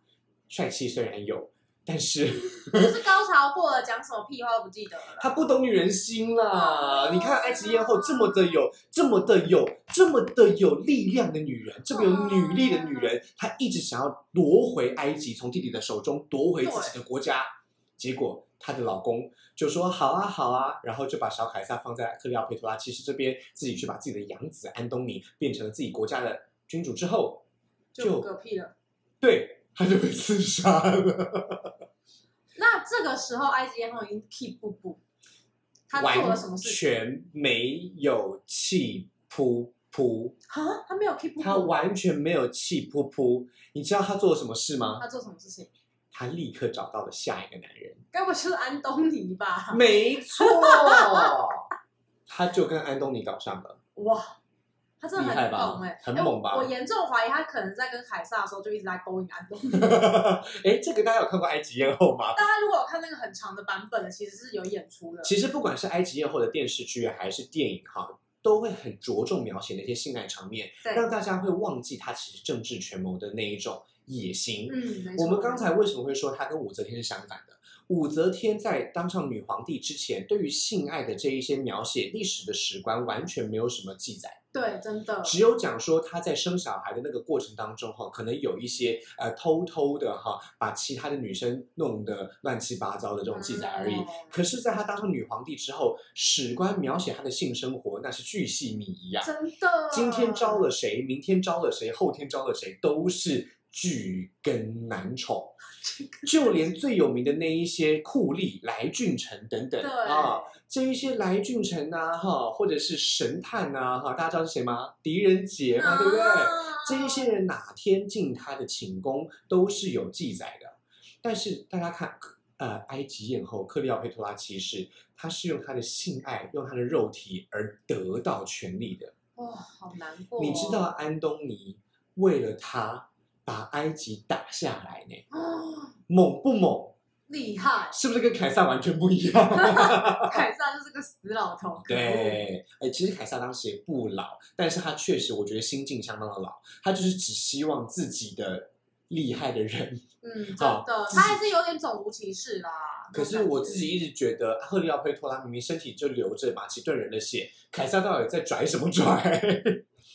S1: 帅气虽然有，但是
S3: 就是高潮过了，讲什么屁话都不记得了啦。
S1: 他不懂女人心啦。你看埃及艳后这么的有，这么的有，这么的有力量的女人，这么有女力的女人，她一直想要夺回埃及，从弟弟的手中夺回自己的国家。结果她的老公就说：“好啊，好啊。”然后就把小凯撒放在克利奥佩托拉七世这边，自己去把自己的养子安东尼变成了自己国家的君主之后，
S3: 就嗝屁了。
S1: 对他就被刺杀了。
S3: 那这个时候，埃及艳后已经 keep 不不，他做了
S1: 完
S3: 什么事情？
S1: 全没有气噗噗，
S3: 啊，他没有 keep 不
S1: 他
S3: 不，
S1: 完全没有气噗噗。你知道他做了什么事吗？
S3: 他做什么事情？
S1: 他立刻找到了下一个男人，
S3: 该不会就是安东尼吧？
S1: 没错，他就跟安东尼搞上了。
S3: 哇，他真的
S1: 厉害
S3: 很
S1: 吧
S3: 猛哎、欸，
S1: 很
S3: 哎
S1: 猛吧
S3: 我我严重怀疑他可能在跟凯撒的时候就一直在勾引安东尼。
S1: 哎，这个大家有看过《埃及艳后》吗？
S3: 大家如果有看那个很长的版本的，其实是有演出的。
S1: 其实不管是《埃及艳后》的电视剧还是电影哈，都会很着重描写那些性爱场面，
S3: 对，
S1: 让大家会忘记他其实政治权谋的那一种野心。
S3: 嗯，没错
S1: 我们刚才为什么会说他跟武则天是相反的？武则天在当上女皇帝之前，对于性爱的这一些描写，历史的史观完全没有什么记载。
S3: 对，真的
S1: 只有讲说她在生小孩的那个过程当中哈，可能有一些呃偷偷的哈，把其他的女生弄得乱七八糟的这种记载而已。
S3: 哦
S1: 可是，在她当上女皇帝之后，史官描写她的性生活那是巨细靡遗啊。
S3: 真的。
S1: 今天招
S3: 嗯
S1: 了谁，明天招了谁，后天招了谁，都是巨根难 宠。就连最有名的那一些酷吏来俊臣等等
S3: 对
S1: 啊，这一些来俊臣呐、哈，或者是神探呐、哈，大家知道是谁吗？狄仁杰嘛，对不对？
S3: 啊
S1: 这一些人哪天进他的寝宫都是有记载的。但是大家看，呃，埃及艳后克利奥佩托拉七世，她是用她的性爱，用她的肉体而得到权力的。
S3: 哇，好难过哦。
S1: 你知道安东尼为了她把埃及打下来呢，啊
S3: 哦，
S1: 猛不猛？，
S3: 厉害
S1: 是不是跟凯撒完全不一样？
S3: 凯撒就是个死老头。可恶，
S1: 对，哎，其实凯撒当时也不老，但是他确实我觉得心境相当的老，他就是只希望自己的厉害的人。
S3: 嗯，真
S1: 好
S3: 的，他还是有点种族歧视啦。
S1: 哦可 是我自己一直觉得赫利奥佩托拉明明身体就流着马其顿人的血，凯撒到底在拽什么拽？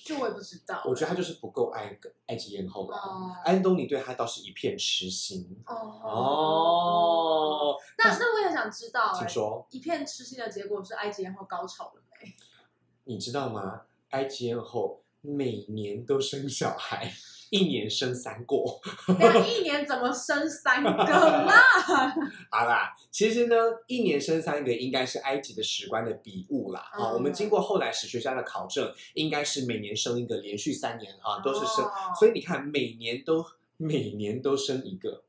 S3: 就我也不知道，
S1: 我觉得他就是不够爱埃及艳后了。
S3: 哦
S1: 安东尼对他倒是一片痴心。
S3: 哦哦，
S1: 哦，
S3: 那那我也想知道，
S1: 请
S3: 哎
S1: 说，
S3: 一片痴心的结果是埃及艳后高潮了没？
S1: 你知道吗？埃及艳后每年都生小孩， 一年生三个。
S3: 那一年怎么生三个啦？
S1: 好啦，其实呢，一年生三个应该是埃及的史官的笔误啦。啊、
S3: 嗯
S1: 我们经过后来史学家的考证，应该是每年生一个，连续三年啊 都是生。
S3: 哦
S1: 所以你看，每年都每年都生一个，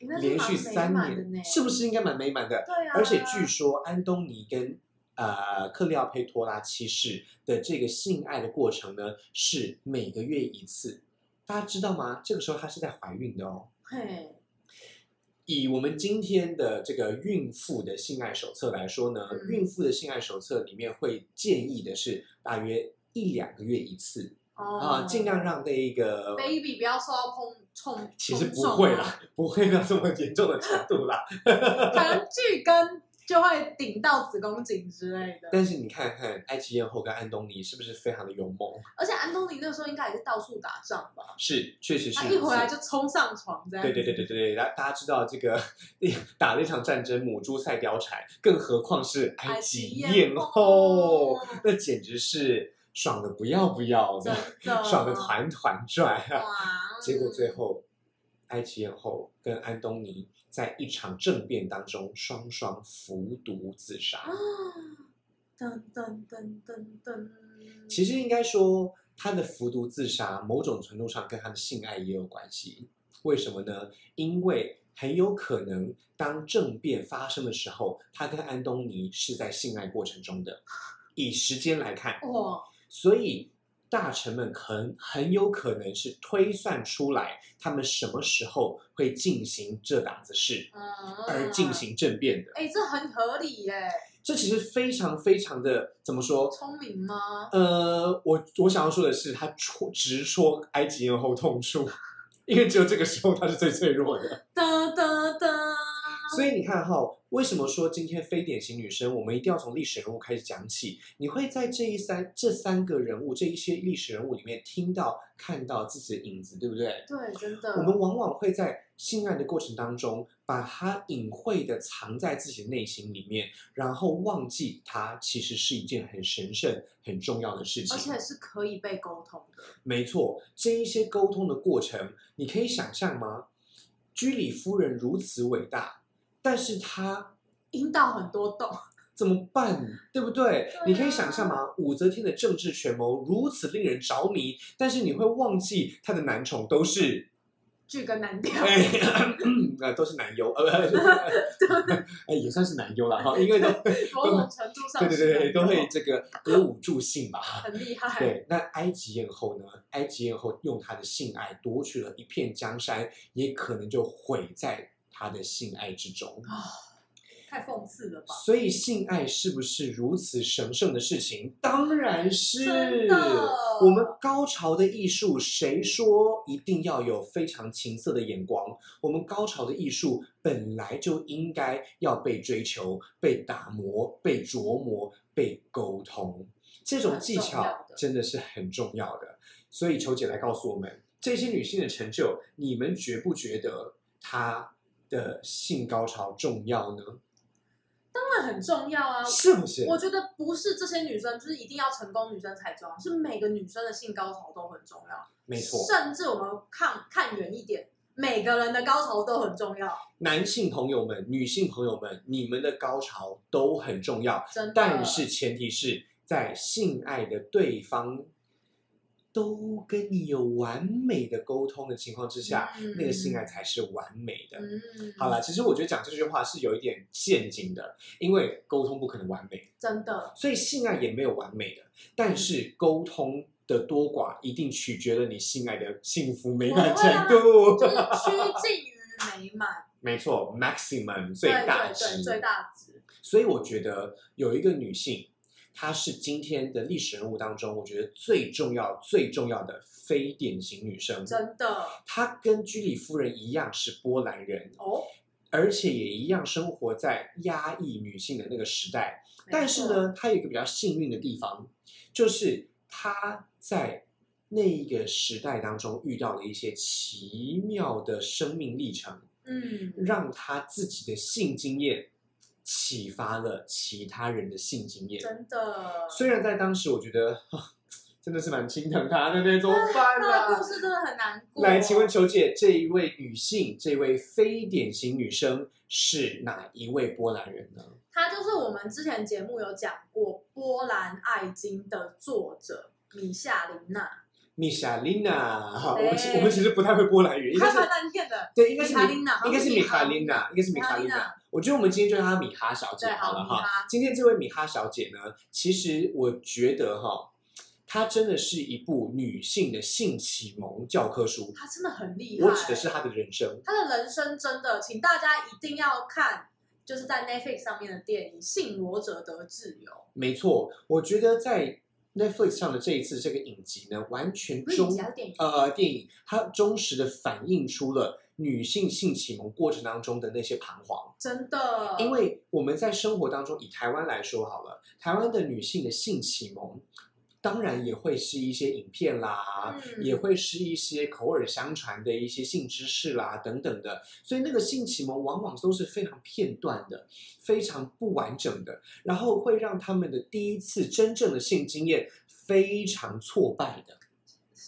S3: 你那是
S1: 连
S3: 蛮
S1: 续
S3: 美
S1: 三
S3: 满的呢
S1: 年，是不？是应该蛮美满的？
S3: 对啊，
S1: 而且据说安东尼跟呃克利奥佩托拉七世的这个性爱的过程呢，是每个月一次。大家知道吗？这个时候她是在怀孕的哦。
S3: 嘿，
S1: 以我们今天的这个孕妇的性爱手册来说呢，
S3: 嗯
S1: 孕妇的性爱手册里面会建议的是大约一两个月一次、
S3: 哦
S1: 啊，尽量让这一个
S3: baby 不要受到碰冲，
S1: 其实不
S3: 冲撞
S1: 会
S3: 啊，
S1: 啦，不会到这么严重的程度啦。
S3: 可能巨根就会顶到子宫颈之类的。
S1: 但是你看看埃及艳后跟安东尼是不是非常的勇猛？
S3: 而且安东尼那时候应该也是到处打仗吧？
S1: 是，确实是
S3: 他
S1: 如
S3: 啊一
S1: 此。
S3: 回来就冲上床这样。
S1: 对对对对对对，大大家知道这个打了一场战争，母猪赛貂蝉，更何况是埃及艳后，那简直是爽的不要不要的，
S3: 真的
S1: 爽的团团转啊！
S3: 哇！
S1: 结果最后，埃及艳后跟安东尼在一场政变当中双双服毒自杀
S3: 啊。， 噔噔噔噔噔，
S1: 其实应该说，他的服毒自杀某种程度上跟他的性爱也有关系。为什么呢？因为很有可能当政变发生的时候，他跟安东尼是在性爱过程中的。以时间来看，
S3: 哇，
S1: 所以大臣们很很有可能是推算出来他们什么时候会进行这档子事，
S3: 嗯
S1: 而进。行政变的。
S3: 哎、这很合理耶，
S1: 这其实非常非常的怎么说？
S3: 聪明吗？
S1: 呃，我我想要说的是，他戳直戳埃及艳后痛处，因为只有这个时候他是最脆弱的。
S3: 噔噔噔，
S1: 所以你看哈、为什么说今天非典型女生，我们一定要从历史人物开始讲起？你会在这一三这三个人物这一些历史人物里面听到看到自己的影子，对不对？
S3: 对，真的。
S1: 我们往往会在性爱的过程当中，把它隐晦的藏在自己的内心里面，然后忘记它其实是一件很神圣、很重要的事情。
S3: 而且是可以被沟通的。
S1: 没错，这一些沟通的过程，你可以想象吗？居里夫人如此伟大，但是她
S3: 引导很多洞，
S1: 怎么办？对不对？
S3: 啊
S1: 你可以想象吗？武则天的政治权谋如此令人着迷，但是你会忘记她的男宠都是，
S3: 巨根难调。
S1: 哎， 呃，都是男优，呃， 不是哎，也算是男优了哈，因为都，
S3: 某种程度
S1: 对
S3: 上
S1: 对对对，
S3: 是
S1: 都
S3: 很
S1: 会这个歌舞助兴吧。
S3: 很厉害。
S1: 对，那埃及艳后呢？埃及艳后用她的性爱夺取了一片江山，也可能就毁在她的性爱之中。
S3: 啊，太讽刺了吧？
S1: 所以，性爱是不是如此神圣的事情？当然
S3: 真
S1: 是
S3: 的。
S1: 我们高潮的艺术，谁说一定要有非常情色的眼光？我们高潮的艺术本来就应该要被追求、被打磨、被琢磨、被沟通，这种技
S3: 很重要
S1: 巧
S3: 的
S1: 真的是很重要的。所以，球姐来告诉我们，这些女性的成就，你们觉不觉得她的性高潮重要呢？
S3: 当然很重要啊。
S1: 是不是？
S3: 我觉得不是这些女生，就是一定要成功女生才重要，是每个女生的性高潮都很重要。
S1: 没错，
S3: 甚至我们看看远一点，每个人的高潮都很重要，
S1: 男性朋友们、女性朋友们，你们的高潮都很重要。
S3: 真的。
S1: 但是前提是在性爱的对方都跟你有完美的沟通的情况之下，
S3: 嗯
S1: 那个性爱才是完美的。
S3: 嗯，
S1: 好，了，其实我觉得讲这句话是有一点陷阱的，因为沟通不可能完美，
S3: 真的，
S1: 所以性爱也没有完美的。但是沟通的多寡一定取决了你性爱的幸福美 满
S3: 啊
S1: 程度。
S3: 就是趋近于美满，
S1: 没错，maximum 最
S3: 对
S1: 大
S3: 对
S1: 值
S3: 对，最大值。
S1: 所以我觉得有一个女性，她是今天的历史人物当中，我觉得最重要、最重要的非典型女生。
S3: 真的
S1: 她跟居里夫人一样是波兰人，
S3: 哦。
S1: 而且也一样生活在压抑女性的那个时代。但是
S3: 没错，
S1: 呢，她有一个比较幸运的地方，就是她在那一个时代当中遇到了一些奇妙的生命历程。
S3: 嗯，
S1: 让他自己的性经验启发了其他人的性经验。
S3: 真的，
S1: 虽然在当时我觉得啊真的是蛮心疼他的那种，怎么办
S3: 那个故
S1: 呢、
S3: 事真的很难过。
S1: 来，请问球姐，这一位女性，这位非典型女生是哪一位波兰人呢？
S3: 他就是我们之前节目有讲过波兰爱经的作者米夏琳娜，
S1: 米莎琳娜， 哈
S3: 对
S1: 我们其我们其实不太会波兰语，应该
S3: 还
S1: 是
S3: 蛮难念的。
S1: 对，应该是
S3: 米哈琳娜
S1: 应该是
S3: 好像是
S1: 米
S3: 米哈
S1: 哈琳娜，应该是米哈琳
S3: 米哈琳
S1: 娜。我觉得我们今天就叫她米哈小姐
S3: 对好
S1: 了
S3: 米
S1: 哈
S3: 哈。
S1: 今天这位米哈小姐呢，其实我觉得哈，她真的是一部女性的性启蒙教科书。
S3: 他真的很厉害。
S1: 我指的是她的人生。
S3: 他的人生真的，请大家一定要看，就是在 Netflix 上面的电影《性罗者得自由》。
S1: 没错，我觉得在 Netflix 上的这一次这个影集呢，完全
S3: 不是
S1: 忠
S3: 你家的电影，
S1: 呃电影，它忠实的反映出了女性性启蒙过程当中的那些彷徨。
S3: 真的，
S1: 因为我们在生活当中，以台湾来说好了，台湾的女性的性启蒙，当然也会是一些影片啦，
S3: 嗯
S1: 也会是一些口耳相传的一些性知识啦等等的，所以那个性启蒙往往都是非常片段的，非常不完整的，然后会让他们的第一次真正的性经验非常挫败的。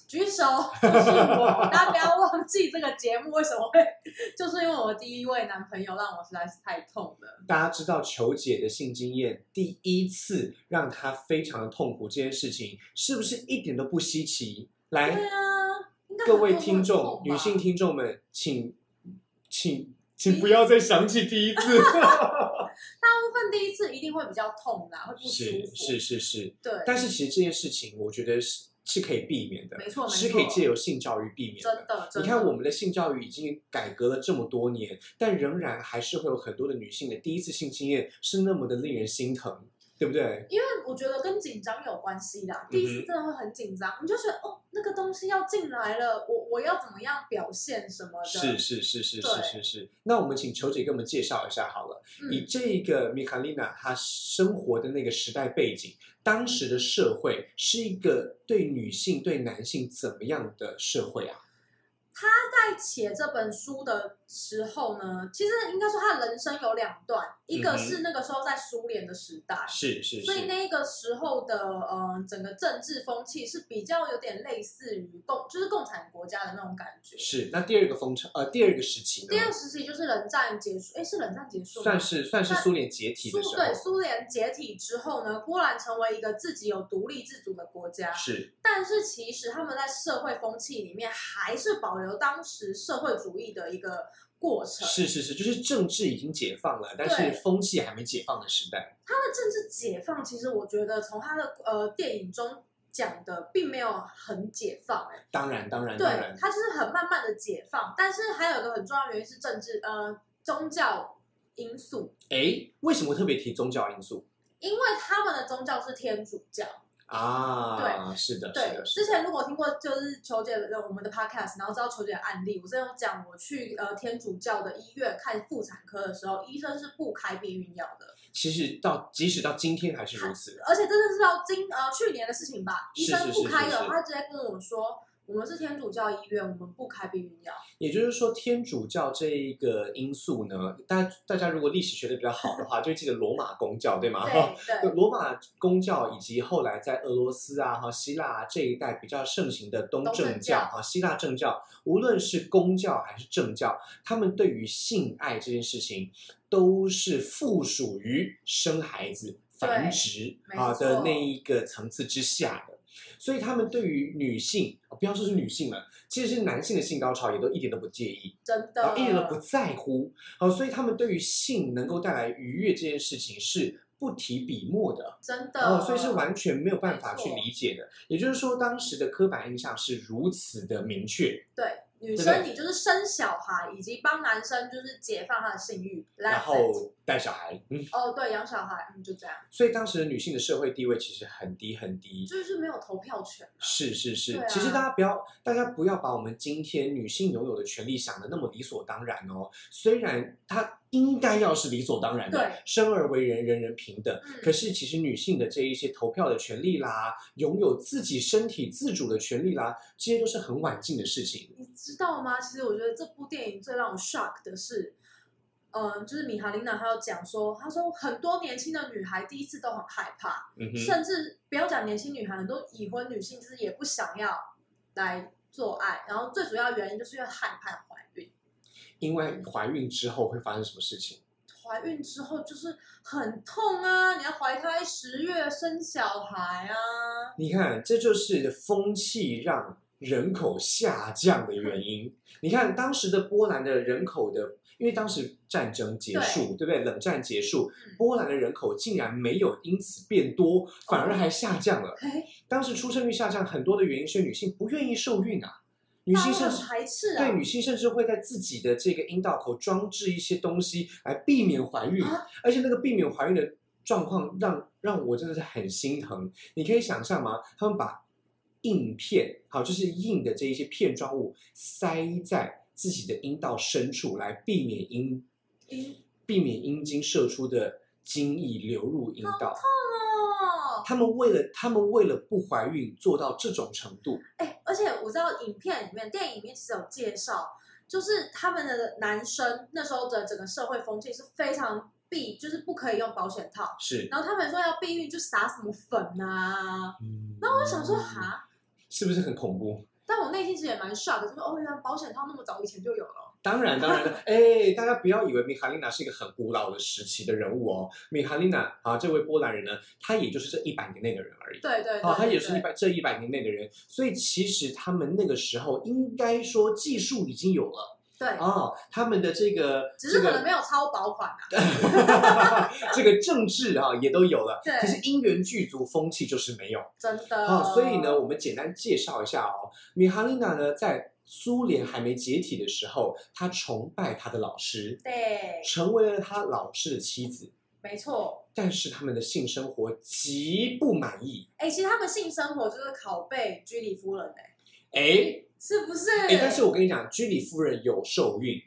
S3: 举手，就是我。大家不要忘记这个节目为什么会，就是因为我第一位男朋友让我实在是太痛了。
S1: 大家知道球姐的性经验第一次让她非常的痛苦这件事情，是不是一点都不稀奇？来，
S3: 对啊，应该
S1: 各
S3: 很多
S1: 位
S3: 人
S1: 听
S3: 会
S1: 众
S3: 痛，吧
S1: 女性听众们，请请请不要再想起第一 次，
S3: 大部分第一次一定会比较痛啦，会不舒
S1: 是
S3: 服。
S1: 是是是。
S3: 对，
S1: 但是其实这件事情，我觉得是是可以避免的，
S3: 没错没错
S1: 是可以借由性教育避免
S3: 真
S1: 的。
S3: 的，真的
S1: 你看，我们的性教育已经改革了这么多年，但仍然还是会有很多的女性的第一次性经验是那么的令人心疼，对不对？
S3: 因为我觉得跟紧张有关系
S1: 嗯
S3: 啦。第一次真的会很紧张，你就觉得哦，那个东西要进来了，我我要怎么样表现什么
S1: 是
S3: 的。
S1: 是是是是
S3: 对
S1: 是是。那我们请球姐给我们介绍一下好了。以
S3: 嗯，
S1: 这个米卡丽娜她生活的那个时代背景，当时的社会是一个对女性对男性怎么样的社会啊？
S3: 在写这本书的时候呢，其实应该说他的人生有两段，一
S1: 嗯哼
S3: 个是那个时候在苏联的时代，
S1: 是是
S3: 啊所以
S1: 是，
S3: 那个时候的呃整个政治风气是比较有点类似于共，就是共产国家的那种感觉。
S1: 是。那第二个风潮，呃，第二个时期呢，
S3: 第二时期就是冷战结束，哎，是冷战结束吗？
S1: 算是算是
S3: 那
S1: 苏联解体
S3: 苏
S1: 的时
S3: 对
S1: 候，
S3: 苏联解体之后呢，波兰成为一个自己有独立自主的国家，
S1: 是
S3: 但是其实他们在社会风气里面还是保留当时社会主义的一个过程。
S1: 是是是，就是政治已经解放了，但是
S3: 对
S1: 风气还没解放的时代。
S3: 他的政治解放，其实我觉得从他的呃电影中讲的并没有很解放、哎，
S1: 当然当然当
S3: 对
S1: 然，，
S3: 他就是很慢慢的解放，但是还有一个很重要的原因是政治呃宗教因素，
S1: 哎，为什么特别提宗教因素
S3: 因为他们的宗教是天主教。
S1: 啊？是的，是
S3: 对，
S1: 的，
S3: 之
S1: 是的。
S3: 前如果听过就是球姐的我们的 podcast，然后知道球姐的案例，我之前有讲我去呃天主教的医院看妇产科的时候，医生是不开避孕药的，
S1: 其实到即使到今天还是如此，
S3: 而且真的是到今呃去年的事情吧，
S1: 是
S3: 医生不开
S1: 是是是
S3: 的，
S1: 是
S3: 他直接跟我说。我们是天主教医院，我们不开避孕药。
S1: 也就是说，天主教这一个因素呢，大家大家如果历史学的比较好的话，就会记得罗马公教，对吗？
S3: 对
S1: 对
S3: 对，
S1: 罗马公教以及后来在俄罗斯啊、哈希腊、啊、这一带比较盛行的东
S3: 东
S1: 正
S3: 正
S1: 教、
S3: 教
S1: 哈希腊正教，无论是公教还是正教，他们对于性爱这件事情都是附属于生孩子、繁殖
S3: 没
S1: 啊
S3: 错
S1: 的那一个层次之下的。所以他们对于女性，啊不要说是女性了，其实是男性的性高潮也都一点都不介意。
S3: 真
S1: 然
S3: 的
S1: 后一点都不在乎，好、所以他们对于性能够带来愉悦这件事情是不提笔墨的，
S3: 真的、嗯
S1: 哦，所以是完全没有办法
S3: 没
S1: 去
S3: 错
S1: 理解的。也就是说，当时的刻板印象是如此的明确，
S3: 对，女
S1: 对
S3: 生
S1: 不对
S3: 你就是生小孩，以及帮男生就是解放他的性欲，
S1: 然
S3: That's it
S1: 后带小孩，嗯，
S3: 哦对，养小孩，嗯，就这样，
S1: 所以当时的女性的社会地位其实很低很低。
S3: 就是没有投票权啊。
S1: 是是是，
S3: 对啊
S1: 其实大家不要，大家不要把我们今天女性拥有的权利想的那么理所当然哦。虽然它应该要是理所当然的
S3: 对，
S1: 生而为人，人人平等。
S3: 嗯，
S1: 可是其实女性的这一些投票的权利啦，拥有自己身体自主的权利啦，这些都是很晚近的事情。
S3: 你知道吗？其实我觉得这部电影最让我 shock 的是，嗯，就是米哈琳娜她有讲说，她说很多年轻的女孩第一次都很害怕，
S1: 嗯哼，
S3: 甚至不要讲年轻女孩，很多已婚女性就是也不想要来做爱，然后最主要原因就是因为害怕怀孕。
S1: 因为怀孕之后会发生什么事情？
S3: 怀孕之后就是很痛啊，你要怀胎十月生小孩啊，
S1: 你看，这就是风气让人口下降的原因。你看当时的波兰的人口的，因为当时战争结束，对不对？冷战结束
S3: 嗯，
S1: 波兰的人口竟然没有因此变多，反而还下降了。
S3: 哎，
S1: 当时出生率下降很多的原因是女性不愿意受孕啊，女
S3: 大
S1: 性
S3: 家
S1: 甚
S3: 很
S1: 至。
S3: 排斥啊
S1: 对，，女性甚至会在自己的这个阴道口装置一些东西来避免怀孕，
S3: 啊
S1: 而且那个避免怀孕的状况让让我真的是很心疼。你可以想象吗？他们把硬片，好，就是硬的这一些片状物塞在自己的阴道深处，来避免阴
S3: 阴
S1: 避免阴茎射出的精液流入阴道。
S3: 哦，
S1: 他们为了他们为了不怀孕做到这种程度，
S3: 哎，而且我知道影片里面、电影里面其实有介绍，就是他们的男生那时候的整个社会风气是非常避，就是不可以用保险套，
S1: 是。
S3: 然后他们说要避孕就撒什么粉啊，
S1: 然
S3: 我就想说，哈，
S1: 是不是很恐怖？
S3: 但我内心其实也蛮 shock，的就是哦，原来保险套那么早以前就有了，
S1: 当然，当 然了，哎、大家不要以为米哈琳娜是一个很古老的时期的人物哦。米哈琳娜啊，这位波兰人呢，他也就是这一百年内的人而已。
S3: 对对对
S1: 啊，他也
S3: 对
S1: 是
S3: 对
S1: 一百这一百年内的人，所以其实他们那个时候应该说技术已经有了
S3: 对，
S1: 啊，他们的这个
S3: 只
S1: 这
S3: 是可能
S1: 个
S3: 没有超薄款啊。
S1: 这个政治啊也都有了，
S3: 对呃
S1: 可是因缘具足，风气就是没有。
S3: 真的。
S1: 好、哦所以呢，，我们简单介绍一下哦，米哈琳娜呢，在苏联还没解体的时候，她崇拜她的老师，
S3: 对，
S1: 成为了她老师的妻子，
S3: 没错。
S1: 但是他们的性生活极不满意。
S3: 哎、其实他们性生活就是拷贝居里夫人、哎，
S1: 哎
S3: 是不是？
S1: 哎，但是我跟你讲，居里夫人有受孕，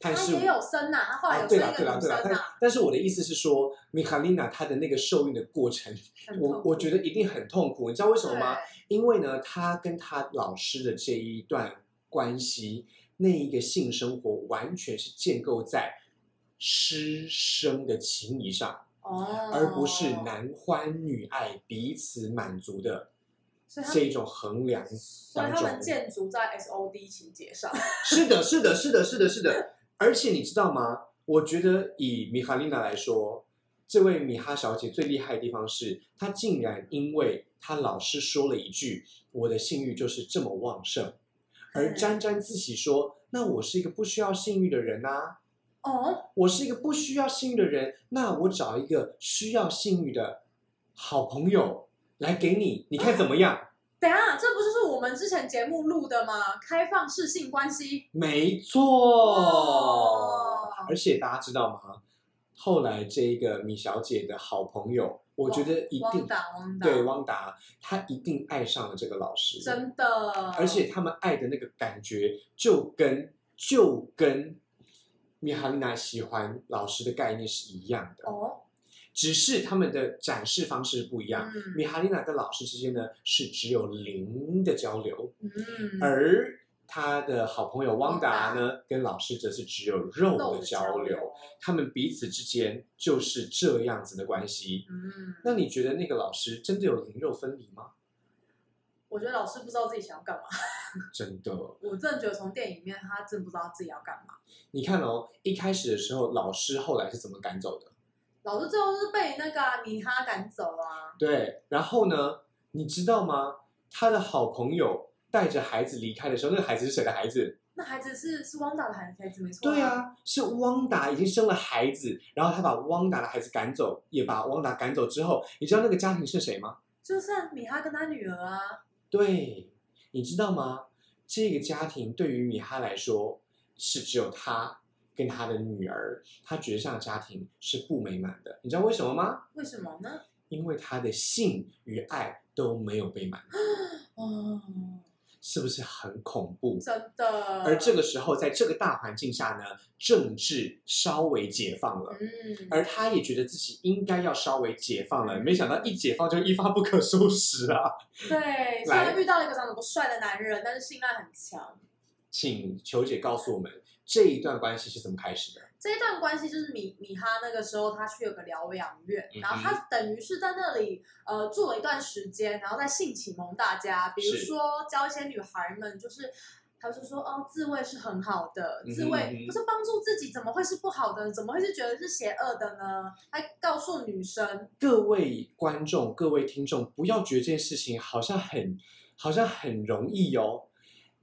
S3: 他
S1: 但是
S3: 也有生呐、他后来
S1: 啊，
S3: 有
S1: 对
S3: 生
S1: 啦
S3: 一
S1: 对
S3: 个
S1: 啦
S3: 女
S1: 对啦，
S3: 生
S1: 但
S3: 呐、
S1: 但是我的意思是说，米哈琳娜她的那个受孕的过程，
S3: 很
S1: 我
S3: 痛苦
S1: 我觉得一定很痛苦，你知道为什么吗？？
S3: 对
S1: 因为呢，她跟她老师的这一段关系，那一个性生活完全是建构在师生的情谊上，
S3: 哦，
S1: 而不是男欢女爱、彼此满足的
S3: 所以他
S1: 这
S3: 们
S1: 一种衡量。
S3: 所以他们建筑在 SOD 情节上，
S1: 是的，是的，是的，是的，是的。而且你知道吗？我觉得以米哈琳娜来说，这位米哈小姐最厉害的地方是，她竟然因为她老师说了一句“我的性欲就是这么旺盛”，
S3: 嗯
S1: 而沾沾自喜说：“那我是一个不需要性欲的人啊，
S3: 哦，
S1: 我是一个不需要性欲的人，那我找一个需要性欲的好朋友来给你，你看怎么样？”
S3: 等一下，这不就是我们之前节目录的吗？开放式性关系，
S1: 没错
S3: 哇，
S1: 而且大家知道吗？后来这个米小姐的好朋友，我觉得一
S3: 汪
S1: 定
S3: 达，汪达，
S1: 对汪达，她一定爱上了这个老师，
S3: 真的，
S1: 而且他们爱的那个感觉，就跟就跟米哈琳娜喜欢老师的概念是一样的，
S3: 哦，
S1: 只是他们的展示方式不一样。
S3: 嗯
S1: 米哈琳娜跟老师之间呢，是只有零的交流，
S3: 嗯，
S1: 而他的好朋友汪达呢，跟老师则是只有肉
S3: 肉
S1: 的交流，，他们彼此之间就是这样子的关系。
S3: 嗯，
S1: 那你觉得那个老师真的有灵肉分离吗？
S3: 我觉得老师不知道自己想要干嘛。
S1: 真的，
S3: 我真的觉得从电影里面，他真的不知道他自己要干嘛。
S1: 你看哦，一开始的时候，老师后来是怎么赶走的？
S3: 老师最后是被那个啊米哈赶走啊。
S1: 对，然后呢，你知道吗？他的好朋友带着孩子离开的时候，那个孩子是谁的孩子？
S3: 那孩子是是汪达的孩子，孩子没错、
S1: 对，啊，是汪达已经生了孩子，然后他把汪达的孩子赶走，也把汪达赶走之后，你知道那个家庭是谁吗？
S3: 就是啊米哈跟他女儿啊。
S1: 对，你知道吗？这个家庭对于米哈来说是只有他跟他的女儿，他觉得这样的家庭是不美满的。你知道为什么吗？
S3: 为什么呢？
S1: 因为他的性与爱都没有被满足，
S3: 哦，
S1: 是不是很恐怖？
S3: 真的。
S1: 而这个时候，在这个大环境下呢，政治稍微解放了。
S3: 嗯，
S1: 而他也觉得自己应该要稍微解放了，没想到一解放就一发不可收拾啊！
S3: 对，虽然遇到了一个长得不帅的男人，但是性爱很强。
S1: 请球姐告诉我们这一段关系是怎么开始的？
S3: 这一段关系就是米米哈那个时候他去有个疗养院，
S1: 嗯哼
S3: 然后他等于是在那里呃住了一段时间，然后再性启蒙大家，比如
S1: 是
S3: 说教一些女孩们就是。他就说哦，自慰是很好的，
S1: 嗯哼
S3: 自
S1: 嗯
S3: 慰
S1: 哼
S3: 不是帮助自己，怎么会是不好的？怎么会是觉得是邪恶的呢？还告诉女生，
S1: 各位观众、各位听众，不要觉得这件事情好像很、好像很容易哦，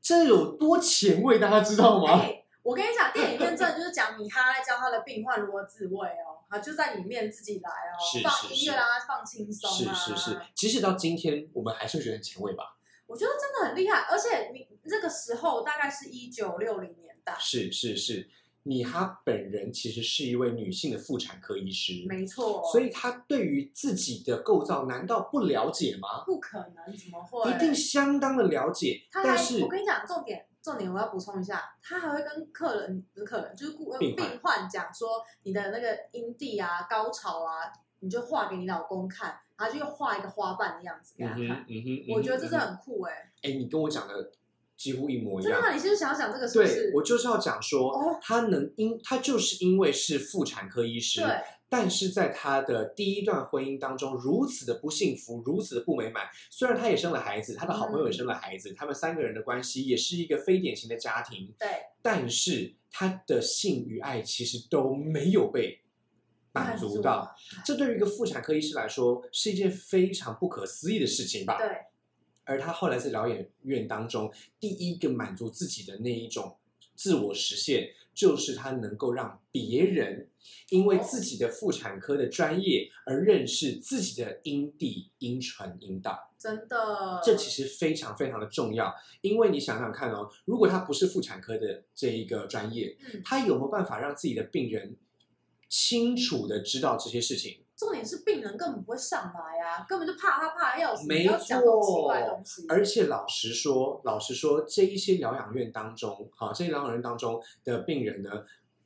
S1: 这有多前卫，大家知道
S3: 哎、
S1: 吗？
S3: 我跟你讲，电影院真的就是讲米哈在教他的病患如何自慰哦，他就在里面自己来哦，
S1: 是
S3: 放
S1: 是
S3: 音
S1: 是
S3: 乐让他放轻松
S1: 是
S3: 啊，
S1: 是是，即使到今天，我们还是会觉得很前卫吧？
S3: 我觉得真的很厉害，而且你这个时候大概是一九六零年代，
S1: 是是是，米哈本人其实是一位女性的妇产科医师，
S3: 没错，
S1: 所以她对于自己的构造难道不了解吗？
S3: 不可能，怎么会？
S1: 一定相当的了解，
S3: 他还
S1: 但是
S3: 我跟你讲，重点重点我要补充一下，他还会跟客人不是客人，就是顾呃
S1: 病
S3: 病
S1: 患
S3: 患讲说你的那个阴蒂啊、高潮啊，你就画给你老公看，然后就画一个花瓣的样子给
S1: 嗯
S3: 他
S1: 哼
S3: 看，
S1: 嗯哼，
S3: 啊我觉得这是
S1: 嗯哼
S3: 很酷哎、
S1: 哎、你跟我讲的几乎一模一
S3: 真的
S1: 样。
S3: 吗？你是不是想要讲这个是不
S1: 对
S3: 是，？
S1: 我就是要讲说
S3: 哦，
S1: 他能因他就是因为是妇产科医师，
S3: 对，
S1: 但是在他的第一段婚姻当中如此的不幸福，如此的不美满。虽然他也生了孩子，他的好朋友也
S3: 嗯
S1: 生了孩子，他们三个人的关系也是一个非典型的家庭，
S3: 对，
S1: 但是他的性与爱其实都没有被满足到。，这对于一个妇产科医师来说是一件非常不可思议的事情吧？
S3: 对，
S1: 而他后来在疗养院当中，第一个满足自己的那一种自我实现，就是他能够让别人因为自己的妇产科的专业而认识自己的阴蒂、阴唇、阴道，
S3: 真的，
S1: 这其实非常非常的重要。因为你想想看哦，如果他不是妇产科的这一个专业，
S3: 嗯，
S1: 他有没有办法让自己的病人清楚的知道这些事情？
S3: 重点是病人根本不会上来啊，根本就怕他怕得要死，
S1: 没
S3: 不要讲那种奇怪的东西。
S1: 而且老实说，老实说，这一些疗养院当中，哈、这些疗养院当中的病人呢，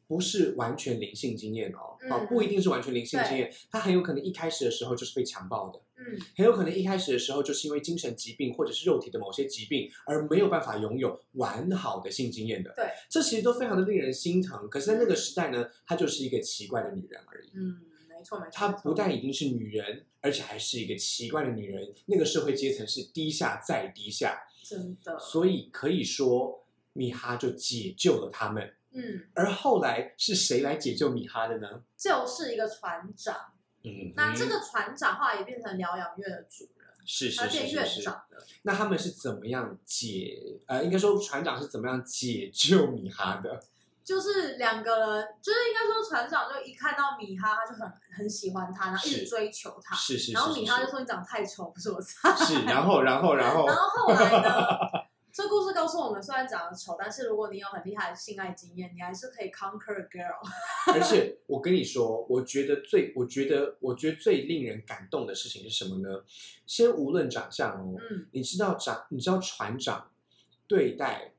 S1: 不是完全零性经验哦，
S3: 嗯
S1: 啊，不一定是完全零性经验，他很有可能一开始的时候就是被强暴的，
S3: 嗯，
S1: 很有可能一开始的时候就是因为精神疾病或者是肉体的某些疾病而没有办法拥有完好的性经验的，
S3: 对，
S1: 这其实都非常的令人心疼。可是，在那个时代呢，她就是一个奇怪的女人而已。
S3: 嗯，没错没错。
S1: 她
S3: 没错
S1: 不但已经是女人，而且还是一个奇怪的女人。那个社会阶层是低下再低下，
S3: 真的，
S1: 所以可以说米哈就解救了他们。
S3: 嗯，
S1: 而后来是谁来解救米哈的呢？
S3: 就是一个船长。
S1: 嗯，
S3: 那这个船长后来也变成疗养院的主人，
S1: 是
S3: 他
S1: 是是
S3: 变
S1: 是
S3: 院
S1: 是。
S3: 长了。
S1: 那他们是怎么样解？呃，应该说船长是怎么样解救米哈的？
S3: 就是两个人，就是应该说船长就一看到米哈，他就很很喜欢他，然后一
S1: 是
S3: 直追求他。
S1: 是是是
S3: 然后米哈就是说：“你长得太丑，不是我 菜。
S1: 是，是然后然后然 后
S3: 然后后来呢？这故事告诉我们，虽然长得丑，但是如果你有很厉害的性爱经验，你还是可以 conquer a girl。
S1: 而且我跟你说，我觉得最，我觉得，我觉得最令人感动的事情是什么呢？先无论长相哦，
S3: 嗯，
S1: 你知道长，你知道船长对待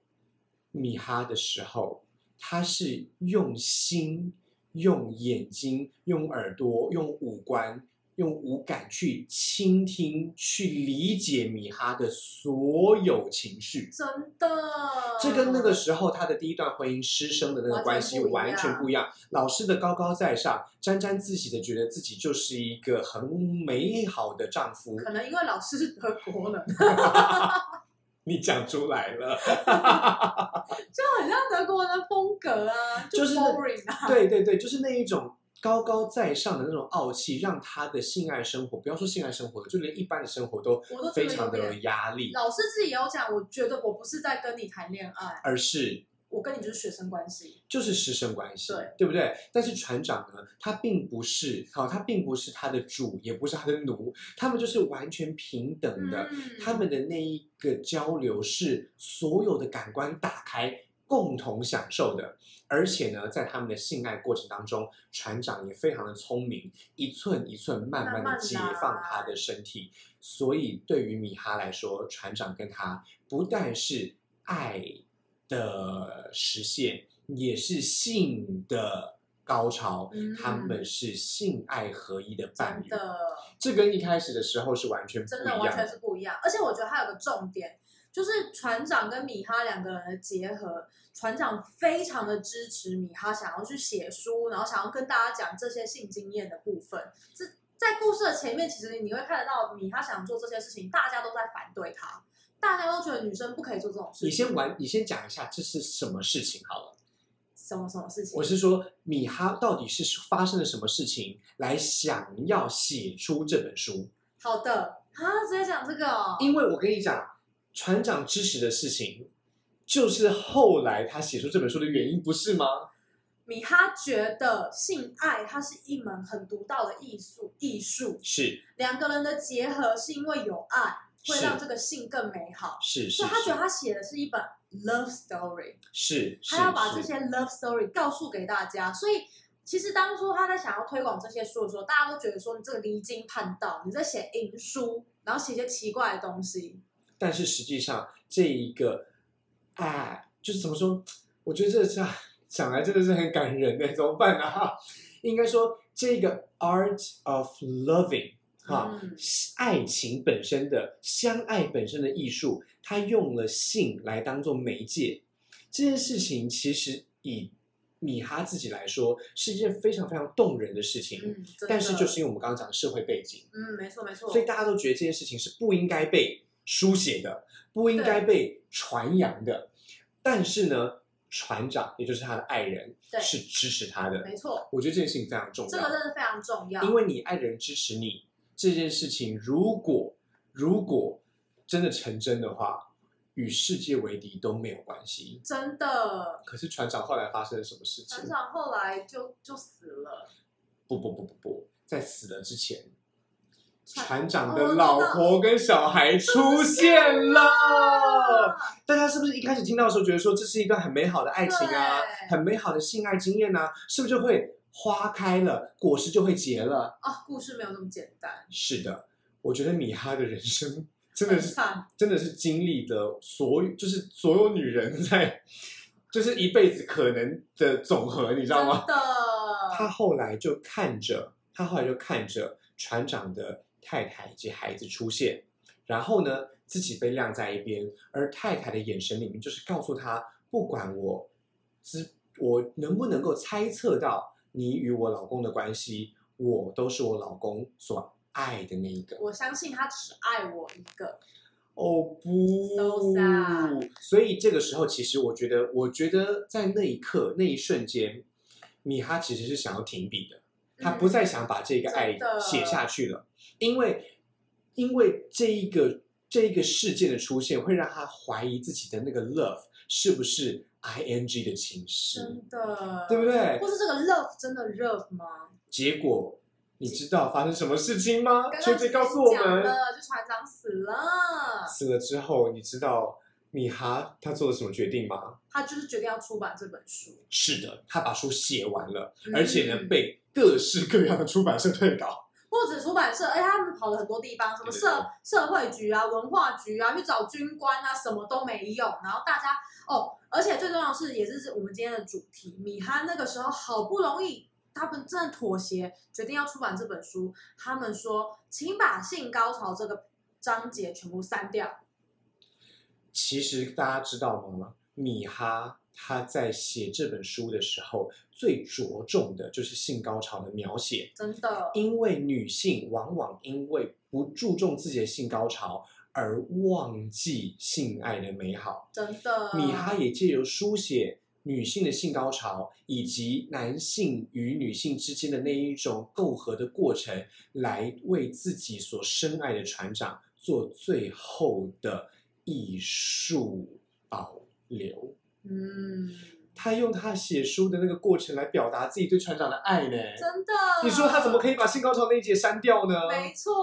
S1: 米哈的时候，他是用心、用眼睛、用耳朵、用五官、用五感去倾听、去理解米哈的所有情绪。
S3: 真的。
S1: 这跟那个时候他的第一段婚姻师生的那个关系完
S3: 完
S1: 全
S3: 全
S1: 不
S3: 不
S1: 一样。老师的高高在上，沾沾自喜的觉得自己就是一个很美好的丈夫。
S3: 可能因为老师是德国人，
S1: 你讲出来了，
S3: 就很像德国人的风格啊，
S1: 就是
S3: boring 啊。
S1: 对对对，就是那一种高高在上的那种傲气，让他的性爱生活，不要说性爱生活了，就连一般的生活都
S3: 我都觉
S1: 非
S3: 得有
S1: 常的有
S3: 点。
S1: 压力，
S3: 老师自己也有讲，我觉得我不是在跟你谈恋爱，
S1: 而是
S3: 我跟你就是学生关系，
S1: 就是师生关系，
S3: 对
S1: 不对？但是船长呢，他并不是，好、他并不是他的主，也不是他的奴，他们就是完全平等的。
S3: 嗯
S1: 他们的那一个交流是所有的感官打开，共同享受的。而且呢，在他们的性爱过程当中，船长也非常的聪明，一寸一寸慢慢
S3: 慢慢
S1: 的
S3: 来
S1: 解放他的身体。所以对于米哈来说，船长跟他不但是爱的实现，也是性的高潮。
S3: 嗯
S1: 他们是性爱合一的伴
S3: 真
S1: 侣，
S3: 的
S1: 这跟一开始的时候是完全不
S3: 真
S1: 一
S3: 的
S1: 样
S3: 完全是不一样。而且我觉得还有个重点，就是船长跟米哈两个人的结合，船长非常的支持米哈想要去写书，然后想要跟大家讲这些性经验的部分。这在故事的前面，其实你会看得到米哈想做这些事情，大家都在反对他，大家都觉得女生不可以做这种事
S1: 你
S3: 情。
S1: 先玩，你先讲一下这是什么事情好了。
S3: 什么什么事情？
S1: 我是说，米哈到底是发生了什么事情，来想要写出这本书？
S3: 好的啊，直接讲这个、哦。
S1: 因为我跟你讲，船长支持的事情，就是后来他写出这本书的原因，不是吗？
S3: 米哈觉得性爱它是一门很独到的艺术，艺术
S1: 是
S3: 两个人的结合是因为有爱，会
S1: 是
S3: 让这个性更美好。
S1: 是是
S3: 所以他觉得他写的是一本 love story，
S1: 是，是
S3: 他要把这
S1: 是
S3: 些 love story 告诉给大家。所以其实当初他在想要推广这些书的时候，大家都觉得说你这个离经叛道，你在写淫书，然后写一些奇怪的东西。
S1: 但是实际上这一个，哎，就是怎么说？我觉得这是讲来真的是很感人的，怎么办啊？应该说这个 art of loving 哈、
S3: 嗯
S1: 爱情本身的相爱本身的艺术，它用了性来当做媒介，这件事情其实以米哈自己来说是一件非常非常动人的事情。
S3: 嗯，真的
S1: 但是就是因为我们刚刚讲的社会背景。
S3: 嗯，没错没错，
S1: 所以大家都觉得这件事情是不应该被书写的，不应该被传扬的。但是呢，船长也就是他的爱人
S3: 对
S1: 是支持他的。
S3: 没错，
S1: 我觉得这件事情非常重
S3: 这个
S1: 要，
S3: 真的非常重要。
S1: 因为你爱的人支持你这件事情，如果如果真的成真的话，与世界为敌都没有关系。
S3: 真的，
S1: 可是船长后来发生了什么事情
S3: 船？长后来就就死了。
S1: 不不不不不，在死了之前，船
S3: 船
S1: 长
S3: 哦我
S1: 的
S3: 知
S1: 老
S3: 道
S1: 婆跟小孩 出现
S3: 啊
S1: 了。大家是不是一开始听到的时候觉得说这是一段很美好的爱情啊，
S3: 对
S1: 很美好的性爱经验啊，是不是就会花开了，果实就会结了？
S3: 啊，故事没有那么简单，
S1: 是的，我觉得米哈的人生真的
S3: 很
S1: 是
S3: 惨。
S1: 真的是经历的所有，就是所有女人在， 就是一辈子可能的总和，你知道吗
S3: 真？的，
S1: 他后来就看着，他后来就看着船长的太太以及孩子出现，然后呢，自己被晾在一边，而太太的眼神里面就是告诉他，不管我知我能不能够猜测到你与我老公的关系，我都是我老公所爱的那一个。
S3: 我相信他只爱我一个。
S1: 哦不
S3: So sad
S1: 所以这个时候，其实我觉得，我觉得在那一刻、那一瞬间，米哈其实是想要停笔的，
S3: 嗯
S1: 他不再想把这个爱
S3: 真的
S1: 写下去了，因为因为这一个这一个事件的出现，会让他怀疑自己的那个 love 是不是 ing 的情诗，
S3: 真的，
S1: 对不？对
S3: 或？是这个 love 真的 love 吗？
S1: 结果你知道发生什么事情吗？
S3: 刚
S1: 崔
S3: 刚
S1: 姐告诉我
S3: 讲
S1: 们，
S3: 了，就船长死了，
S1: 死了之后，你知道米哈他做了什么决定吗？
S3: 他就是决定要出版这本书，
S1: 是的，他把书写完了，
S3: 嗯
S1: 而且呢，被各式各样的出版社退稿。
S3: 不止出版社，而且他们跑了很多地方，什么
S1: 对对
S3: 社社会局啊、文化局啊，去找军官啊，什么都没用。然后大家哦，而且最重要的是，也是我们今天的主题，米哈那个时候好不容易。他们真的妥协，决定要出版这本书。他们说：“请把性高潮这个章节全部删掉。
S1: 其实大家知道吗？米哈他在写这本书的时候，最着重的就是性高潮的描写”，
S3: 真的，
S1: 因为女性往往因为不注重自己的性高潮而忘记性爱的美好。
S3: 真的。
S1: 米哈也借由书写女性的性高潮，以及男性与女性之间的那一种媾和的过程，来为自己所深爱的船长做最后的艺术保留。
S3: 嗯，
S1: 他用他写书的那个过程来表达自己对船长的爱呢。
S3: 真的。
S1: 你说他怎么可以把性高潮那一节删掉呢？
S3: 没错，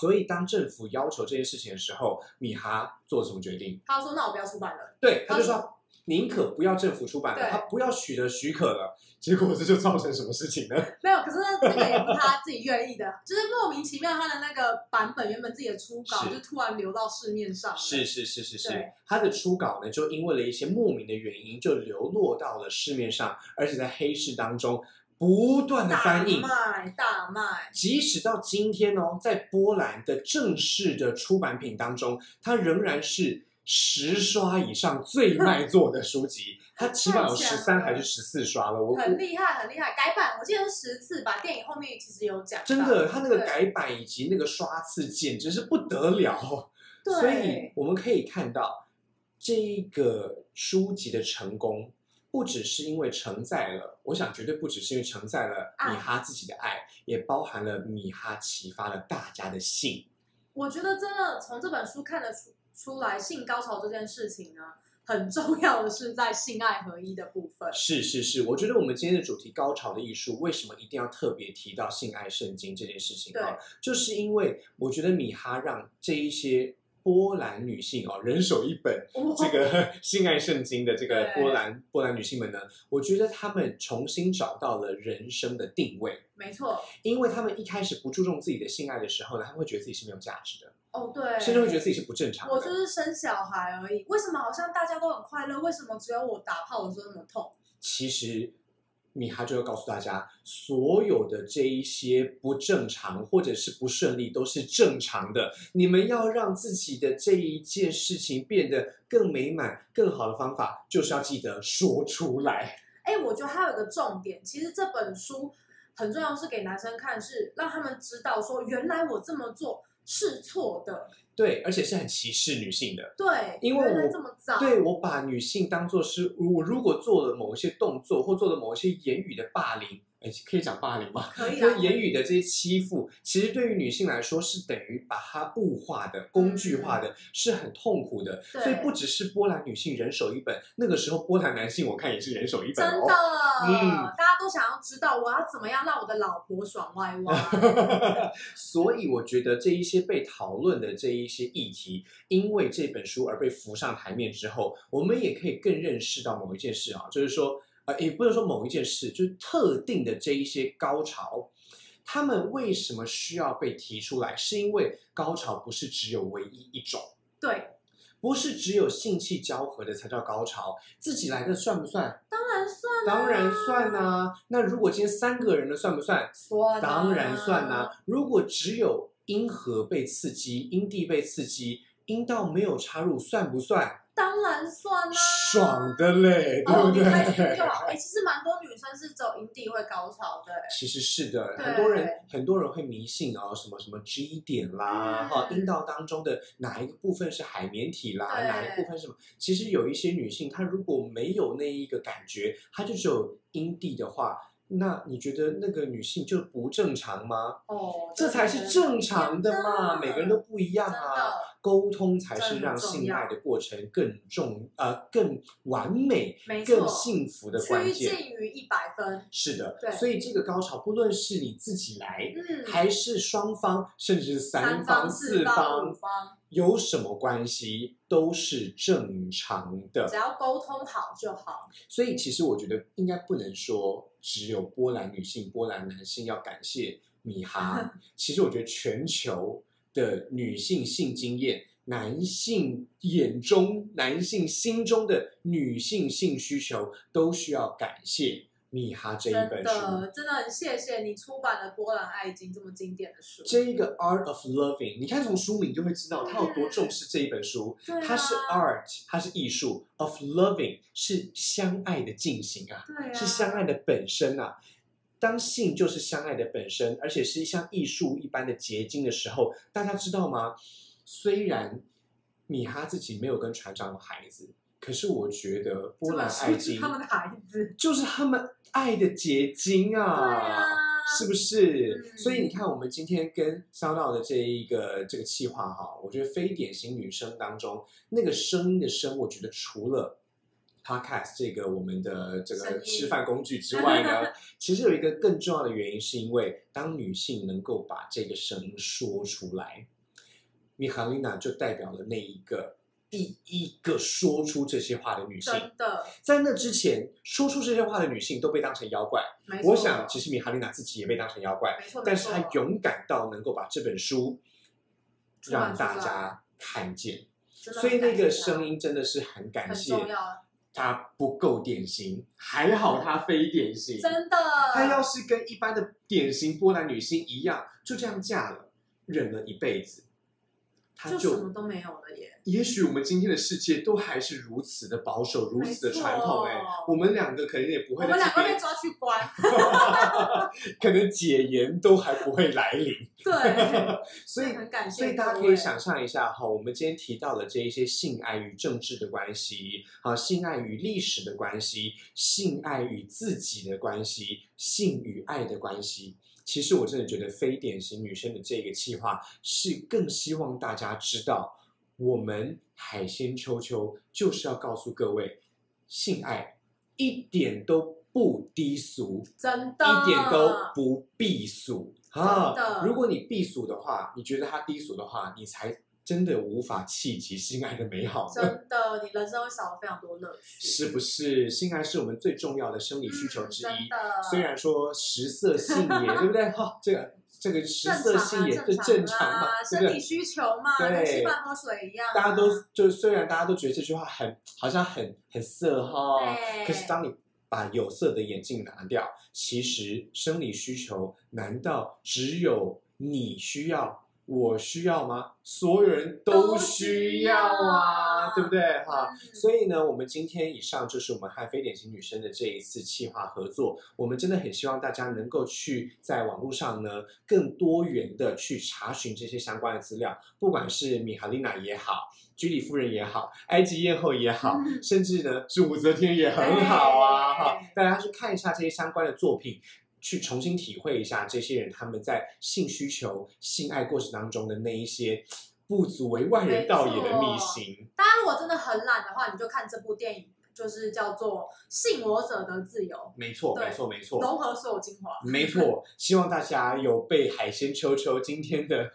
S1: 所以当政府要求这件事情的时候，米哈做了什么决定？
S3: 他说：“那我不要出版了。
S1: 对，他就说宁可不要政府出版了，
S3: 对
S1: 他不要取得许可了。结果这就造成什么事情呢？”
S3: 没有，可是那个也不是他自己愿意的， 就是莫名其妙他的那个版本原本自己的初稿
S1: 是
S3: 就突然流到市面上了。
S1: 是是是是是
S3: 对，
S1: 他的初稿呢，就因为了一些莫名的原因，就流落到了市面上，而且在黑市当中不断的
S3: 大
S1: 翻译。
S3: 卖大卖，
S1: 即使到今天哦，在波兰的正式的出版品当中，它仍然是十刷以上最卖座的书籍，它起码有
S3: 太强
S1: 十
S3: 了
S1: 三还是十四刷了。我
S3: 很厉害很厉害。改版我记得是十次吧，电影后面其实有讲到。
S1: 真的，它那个
S3: 对
S1: 改版以及那个刷次简直是不得了。
S3: 对
S1: 所以我们可以看到，这一个书籍的成功，不只是因为承载了，我想绝对不只是因为承载了米哈自己的爱，也包含了米哈启发了大家的性。
S3: 我觉得真的从这本书看得出出来，性高潮这件事情呢，很重要的是在性爱合一的部分。
S1: 是是是，我觉得我们今天的主题“高潮的艺术”为什么一定要特别提到性爱圣经这件事情啊？就是因为我觉得米哈让这一些波兰女性哦，人手一本
S3: 哇
S1: 这个 性爱圣经的这个
S3: 哦对
S1: 波兰波兰女性们呢，我觉得她们重新找到了人生的定位，
S3: 没错，
S1: 因为她们一开始不注重自己的性爱的时候呢，她们会觉得自己是没有价值的，
S3: 哦对，
S1: 甚至会觉得自己是不正常
S3: 我就
S1: 的。
S3: 是生小孩而已，为什么好像大家都很快乐，为什么只有我打炮的时候那么痛？
S1: 其实。米哈就要告诉大家，所有的这一些不正常或者是不顺利都是正常的。你们要让自己的这一件事情变得更美满、更好的方法，就是要记得说出来。
S3: 哎，我觉得还有一个重点，其实这本书很重要，是给男生看，是让他们知道说，原来我这么做是错的，
S1: 对，而且是很歧视女性的。
S3: 对，
S1: 因为我
S3: 原来这么糟，
S1: 对我把女性当做是，我如果做了某一些动作或做了某一些言语的霸凌，哎，可以讲霸凌吗？
S3: 可以
S1: 就
S3: 啦
S1: 是，言语的这些欺负，其实对于女性来说是等于把它物化的、工具化的，是很痛苦的。
S3: 嗯对
S1: 所以不只是波兰女性人手一本，那个时候波兰男性我看也是人手一本
S3: 真
S1: 哦
S3: 的。，
S1: 嗯
S3: 大家都想要知道我要怎么样让我的老婆爽歪歪。
S1: 所以我觉得这一些被讨论的这一些议题，因为这本书而被浮上台面之后，我们也可以更认识到某一件事啊，就是说，呃，也不能说某一件事，就是特定的这一些高潮，他们为什么需要被提出来？是因为高潮不是只有唯一一种。
S3: 对，
S1: 不是只有性器交合的才叫高潮，自己来的算不算？
S3: 当然算啊，
S1: 当然算啦、那如果今天三个人的算不算？
S3: 算啊，
S1: 当然算啊啦、如果只有阴核被刺激，阴蒂被刺激，阴道没有插入，算不算？
S3: 当然算啦、
S1: 爽的嘞， 对
S3: 哦，
S1: 不
S3: 你
S1: 对？
S3: 开心就好。哎、其实蛮多女生是走营地会高潮的、
S1: 其实是的，
S3: 对
S1: 很多人很多人会迷信啊、什么什么 G 点啦，
S3: 嗯
S1: 哈、阴道当中的哪一个部分是海绵体啦，
S3: 对
S1: 哪一部分是什么？其实有一些女性，她如果没有那一个感觉，她就只有阴蒂的话，那你觉得那个女性就不正常吗？
S3: 哦，
S1: 这才是正常的嘛，
S3: 真
S1: 每个人都不一样
S3: 真
S1: 啊。
S3: 的
S1: 沟通才是
S3: 真的
S1: 让
S3: 很重
S1: 性
S3: 要
S1: 爱的过程更重呃更完美、
S3: 没错
S1: 更幸福的关
S3: 趋
S1: 键。
S3: 近于一百分。
S1: 是的，
S3: 对
S1: 所以这个高潮，不论是你自己来，
S3: 嗯，
S1: 还是双方，甚至是三
S3: 三
S1: 方、四
S3: 四五
S1: 方，
S3: 方，
S1: 有什么关系都是正常的
S3: 只。要沟通好就好。
S1: 所以其实我觉得应该不能说只有波兰女性、波兰男性要感谢米 哈。其实我觉得全球的女性性经验，男性眼中、男性心中的女性性需求，都需要感谢米哈这一
S3: 真
S1: 本书。
S3: 的，真的很谢谢你出版了《波兰爱情》这么经典的书。
S1: 这一个 Art of Loving，你看从书名就会知道他有多重视这一本书。
S3: 对啊
S1: 它是 art，它是艺术，of loving 是相爱的进行啊，
S3: 对啊，
S1: 是相爱的本身啊。当性就是相爱的本身，而且是像艺术一般的结晶的时候，大家知道吗？虽然米哈自己没有跟船长有孩子，可是我觉得波兰
S3: 这
S1: 爱
S3: 本书是
S1: 情
S3: 他们的孩子。
S1: 就是他们爱的结晶
S3: 对啊，
S1: 是不是？
S3: 嗯
S1: 所以你看，我们今天跟骚闹的这一个这个企划哈，我觉得非典型女生当中那个声音的声，我觉得除了 podcast 这个我们的这
S3: 声
S1: 个
S3: 音
S1: 吃饭工具之外 呢，其实有一个更重要的原因，是因为当女性能够把这个声音说出来，米卡琳娜就代表了那一个第一个说出这些话的女性。
S3: 真的，
S1: 在那之前，说出这些话的女性都被当成妖怪。
S3: 没错。
S1: 我想，其实米哈琳娜自己也被当成妖怪，
S3: 没错，
S1: 但是
S3: 没错
S1: 她勇敢到能够把这本书
S3: 出版
S1: 让
S3: 出来
S1: 大家看见，
S3: 真的
S1: 所以那个声
S3: 音
S1: 音真的是很感
S3: 很
S1: 谢
S3: 重要，
S1: 她不够典型，还好她非典型。
S3: 真的。
S1: 她要是跟一般的典型波兰女星一样，就这样嫁了，忍了一辈子，她
S3: 就什么都没有了耶，
S1: 也许我们今天的世界都还是如此的保守，如此的传统、
S3: 没错
S1: 哎，我们两个可能也不
S3: 我
S1: 会
S3: 们
S1: 在
S3: 两
S1: 这
S3: 个被
S1: 边，
S3: 抓去关，
S1: 可能解严都还不会来临。
S3: 对，
S1: 所 以，
S3: 很感谢
S1: 所以大家可以想象一下哈，我们今天提到的这一些性爱与政治的关系，啊，性爱与历史的关系，性爱与自己的关系，性与爱的关系。其实我真的觉得非典型女生的这个计划是更希望大家知道，我们海鲜秋秋就是要告诉各位，性爱一点都不低俗，
S3: 真的，
S1: 一点都不避俗
S3: 真的
S1: 啊！如果你避俗的话，你觉得它低俗的话，你才真的无法企及性爱的美好呢，
S3: 真的，你人生会少了非常多乐趣，
S1: 是不是？性爱是我们最重要的生理需求之
S3: 嗯真
S1: 一。
S3: 的，
S1: 虽然说食色性也，对不对？哈、这个这个食色性也这
S3: 正
S1: 正
S3: 常
S1: 常
S3: 啊
S1: 嘛，对
S3: 生
S1: 不
S3: 理
S1: 对？
S3: 需求嘛，
S1: 对
S3: 跟吃饭喝水一样啊，
S1: 大家都就虽然大家都觉得这句话很好像很很色哈，
S3: 对
S1: 可是当你把有色的眼镜拿掉，其实生理需求难道只有你需要、我需要吗？所有人都需要啊，
S3: 都需要
S1: 对不对哈？
S3: 嗯
S1: 所以呢，我们今天以上就是我们和非典型女生的这一次企划合作。我们真的很希望大家能够去在网络上呢，更多元的去查询这些相关的资料，不管是米哈丽娜也好，居里夫人也好，埃及艳后也好，
S3: 嗯
S1: 甚至呢是武则天也很好啊
S3: 对
S1: 哈，大家去看一下这些相关的作品。去重新体会一下这些人他们在性需求、性爱过程当中的那一些不足为外人道也的逆行。
S3: 大家如果真的很懒的话，你就看这部电影，就是叫做《信我者得自由
S1: 没错，
S3: 对
S1: 没错，没错。
S3: 融合所有精华。
S1: 没错，希望大家有被海鲜秋秋今天的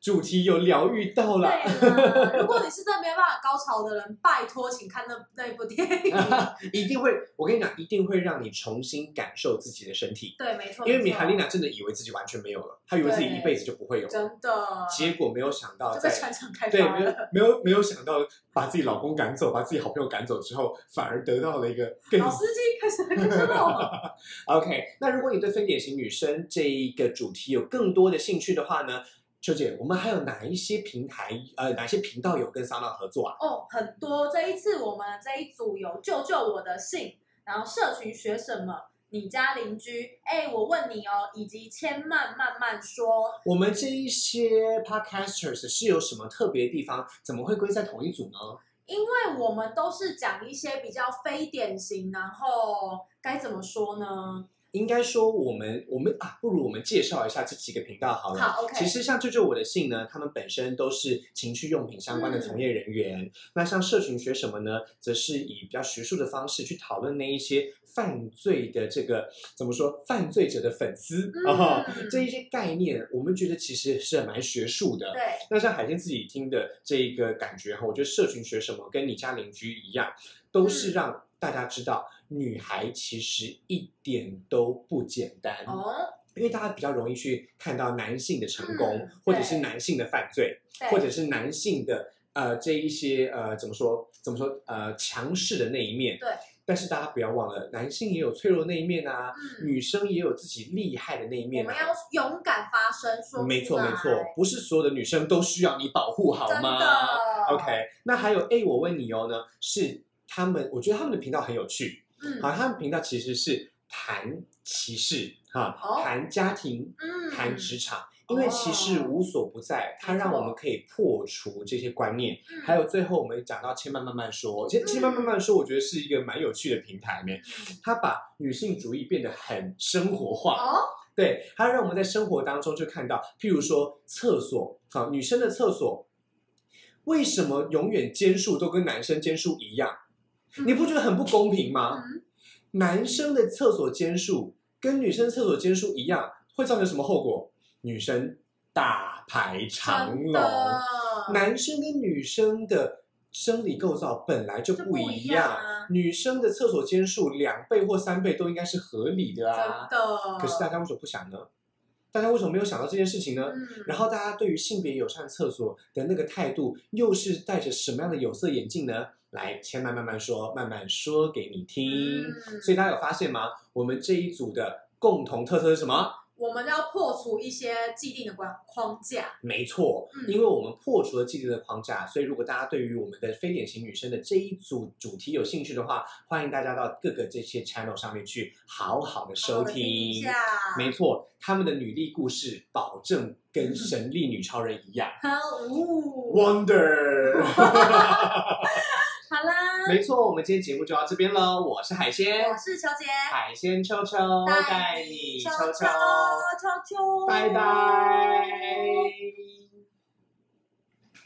S1: 主题有疗愈到了。
S3: 对啊啦，如果你是真的没办法高潮的人，拜托请看那那一部电影。
S1: 一定会，我跟你讲，一定会让你重新感受自己的身体，
S3: 对，没错，
S1: 因为米
S3: 没错
S1: 哈丽娜真的以为自己完全没有了，她以为自己
S3: 对
S1: 一辈子就不会有，
S3: 真的
S1: 结果没有想到
S3: 就被
S1: 在
S3: 船长开
S1: 对
S3: 发
S1: 没有
S3: 了，
S1: 没有没有想到把自己老公赶走，把自己好朋友赶走之后，反而得到了一个更
S3: 老司机开始开车 了。
S1: OK，那如果你对非典型女生这一个主题有更多的兴趣的话呢，秋姐，我们还有哪一些平台呃哪些频道有跟桑娜合作啊？
S3: 哦，很多。这一次我们这一组有救救我的信，然后社群学什么，你家邻居，哎，我问你哦，以及千慢慢慢说。
S1: 我们这一些 podcasters 是有什么特别的地方？怎么会归在同一组呢？
S3: 因为我们都是讲一些比较非典型，然后该怎么说呢？
S1: 应该说我们我们啊，不如我们介绍一下这几个频道好了。
S3: 好，OK，
S1: 嗯其实像救救我的信呢，他们本身都是情趣用品相关
S3: 嗯
S1: 的从业人员。那像社群学什么呢，则是以比较学术的方式去讨论那一些犯罪的这个怎么说，犯罪者的粉丝
S3: 嗯
S1: 啊、这一些概念，我们觉得其实是蛮学术的。
S3: 对，
S1: 那像海鲜自己听的这一个感觉哈，我觉得社群学什么跟你家邻居一样，都
S3: 嗯
S1: 是让大家知道，女孩其实一点都不简单。
S3: 哦，
S1: 因为大家比较容易去看到男性的成功，
S3: 嗯
S1: 或者是男性的犯罪，
S3: 对，
S1: 或者是男性的呃这一些呃怎么说怎么说呃强势的那一面。
S3: 对。
S1: 但是大家不要忘了，男性也有脆弱的那一面啊，
S3: 嗯，
S1: 女生也有自己厉害的那一
S3: 我
S1: 面
S3: 们
S1: 啊
S3: 要。勇敢发声，说
S1: 没错
S3: 出来
S1: 没错，不是所有的女生都需要你保护好
S3: 真
S1: 吗
S3: 的
S1: ？OK，那还有哎，我问你哦呢，是他们，我觉得他们的频道很有趣，
S3: 嗯
S1: 好，他们频道其实是谈歧视哈，
S3: 哦
S1: 谈家庭，
S3: 嗯
S1: 谈职场，因为歧视
S3: 哦
S1: 无所不在，它
S3: 没
S1: 让我
S3: 错
S1: 们可以破除这些观念。
S3: 嗯
S1: 还有最后我们讲到千慢慢慢说，其实千慢慢慢说，我觉得是一个蛮有趣的平台呢。它把女性主义变得很生活化，
S3: 嗯哦，
S1: 对，它让我们在生活当中就看到，譬如说厕所，好，女生的厕所。为什么永远间数都跟男生间数一样？你不觉得很不公平吗？
S3: 嗯，
S1: 男生的厕所间数跟女生厕所间数一样，会造成什么后果？女生大排长哦
S3: 真
S1: 龙，
S3: 的，
S1: 男生跟女生的生理构造本来就
S3: 就
S1: 不
S3: 不一
S1: 样，
S3: 样啊
S1: 女生的厕所间数两倍或三倍都应该是合理的啊
S3: 真。的。
S1: 可是大家为什么不想呢？大家为什么没有想到这件事情呢？
S3: 嗯，
S1: 然后大家对于性别友善厕所的那个态度，又是戴着什么样的有色眼镜呢？来，千慢慢慢说，慢慢说给你听。
S3: 嗯
S1: 所以大家有发现吗？我们这一组的共同特色是什么？
S3: 我们要破除一些既定的框框架。
S1: 没错，
S3: 嗯
S1: 因为我们破除了既定的框架，所以如果大家对于我们的非典型女生的这一组主题有兴趣的话，欢迎大家到各个这些 channel 上面去好好的
S3: 好
S1: 收
S3: 我们听一
S1: 听。
S3: 下，
S1: 没错，他们的女力故事保证
S3: 嗯
S1: 跟神力女超人一样。
S3: 好，呜，
S1: Wonder，
S3: 好啦，
S1: 没错，我们今天节目就到这边了。我是海鲜，
S3: 我是球姐，
S1: 海鲜秋秋带你秋
S3: 秋秋
S1: 秋，
S3: 秋秋，
S1: 拜拜。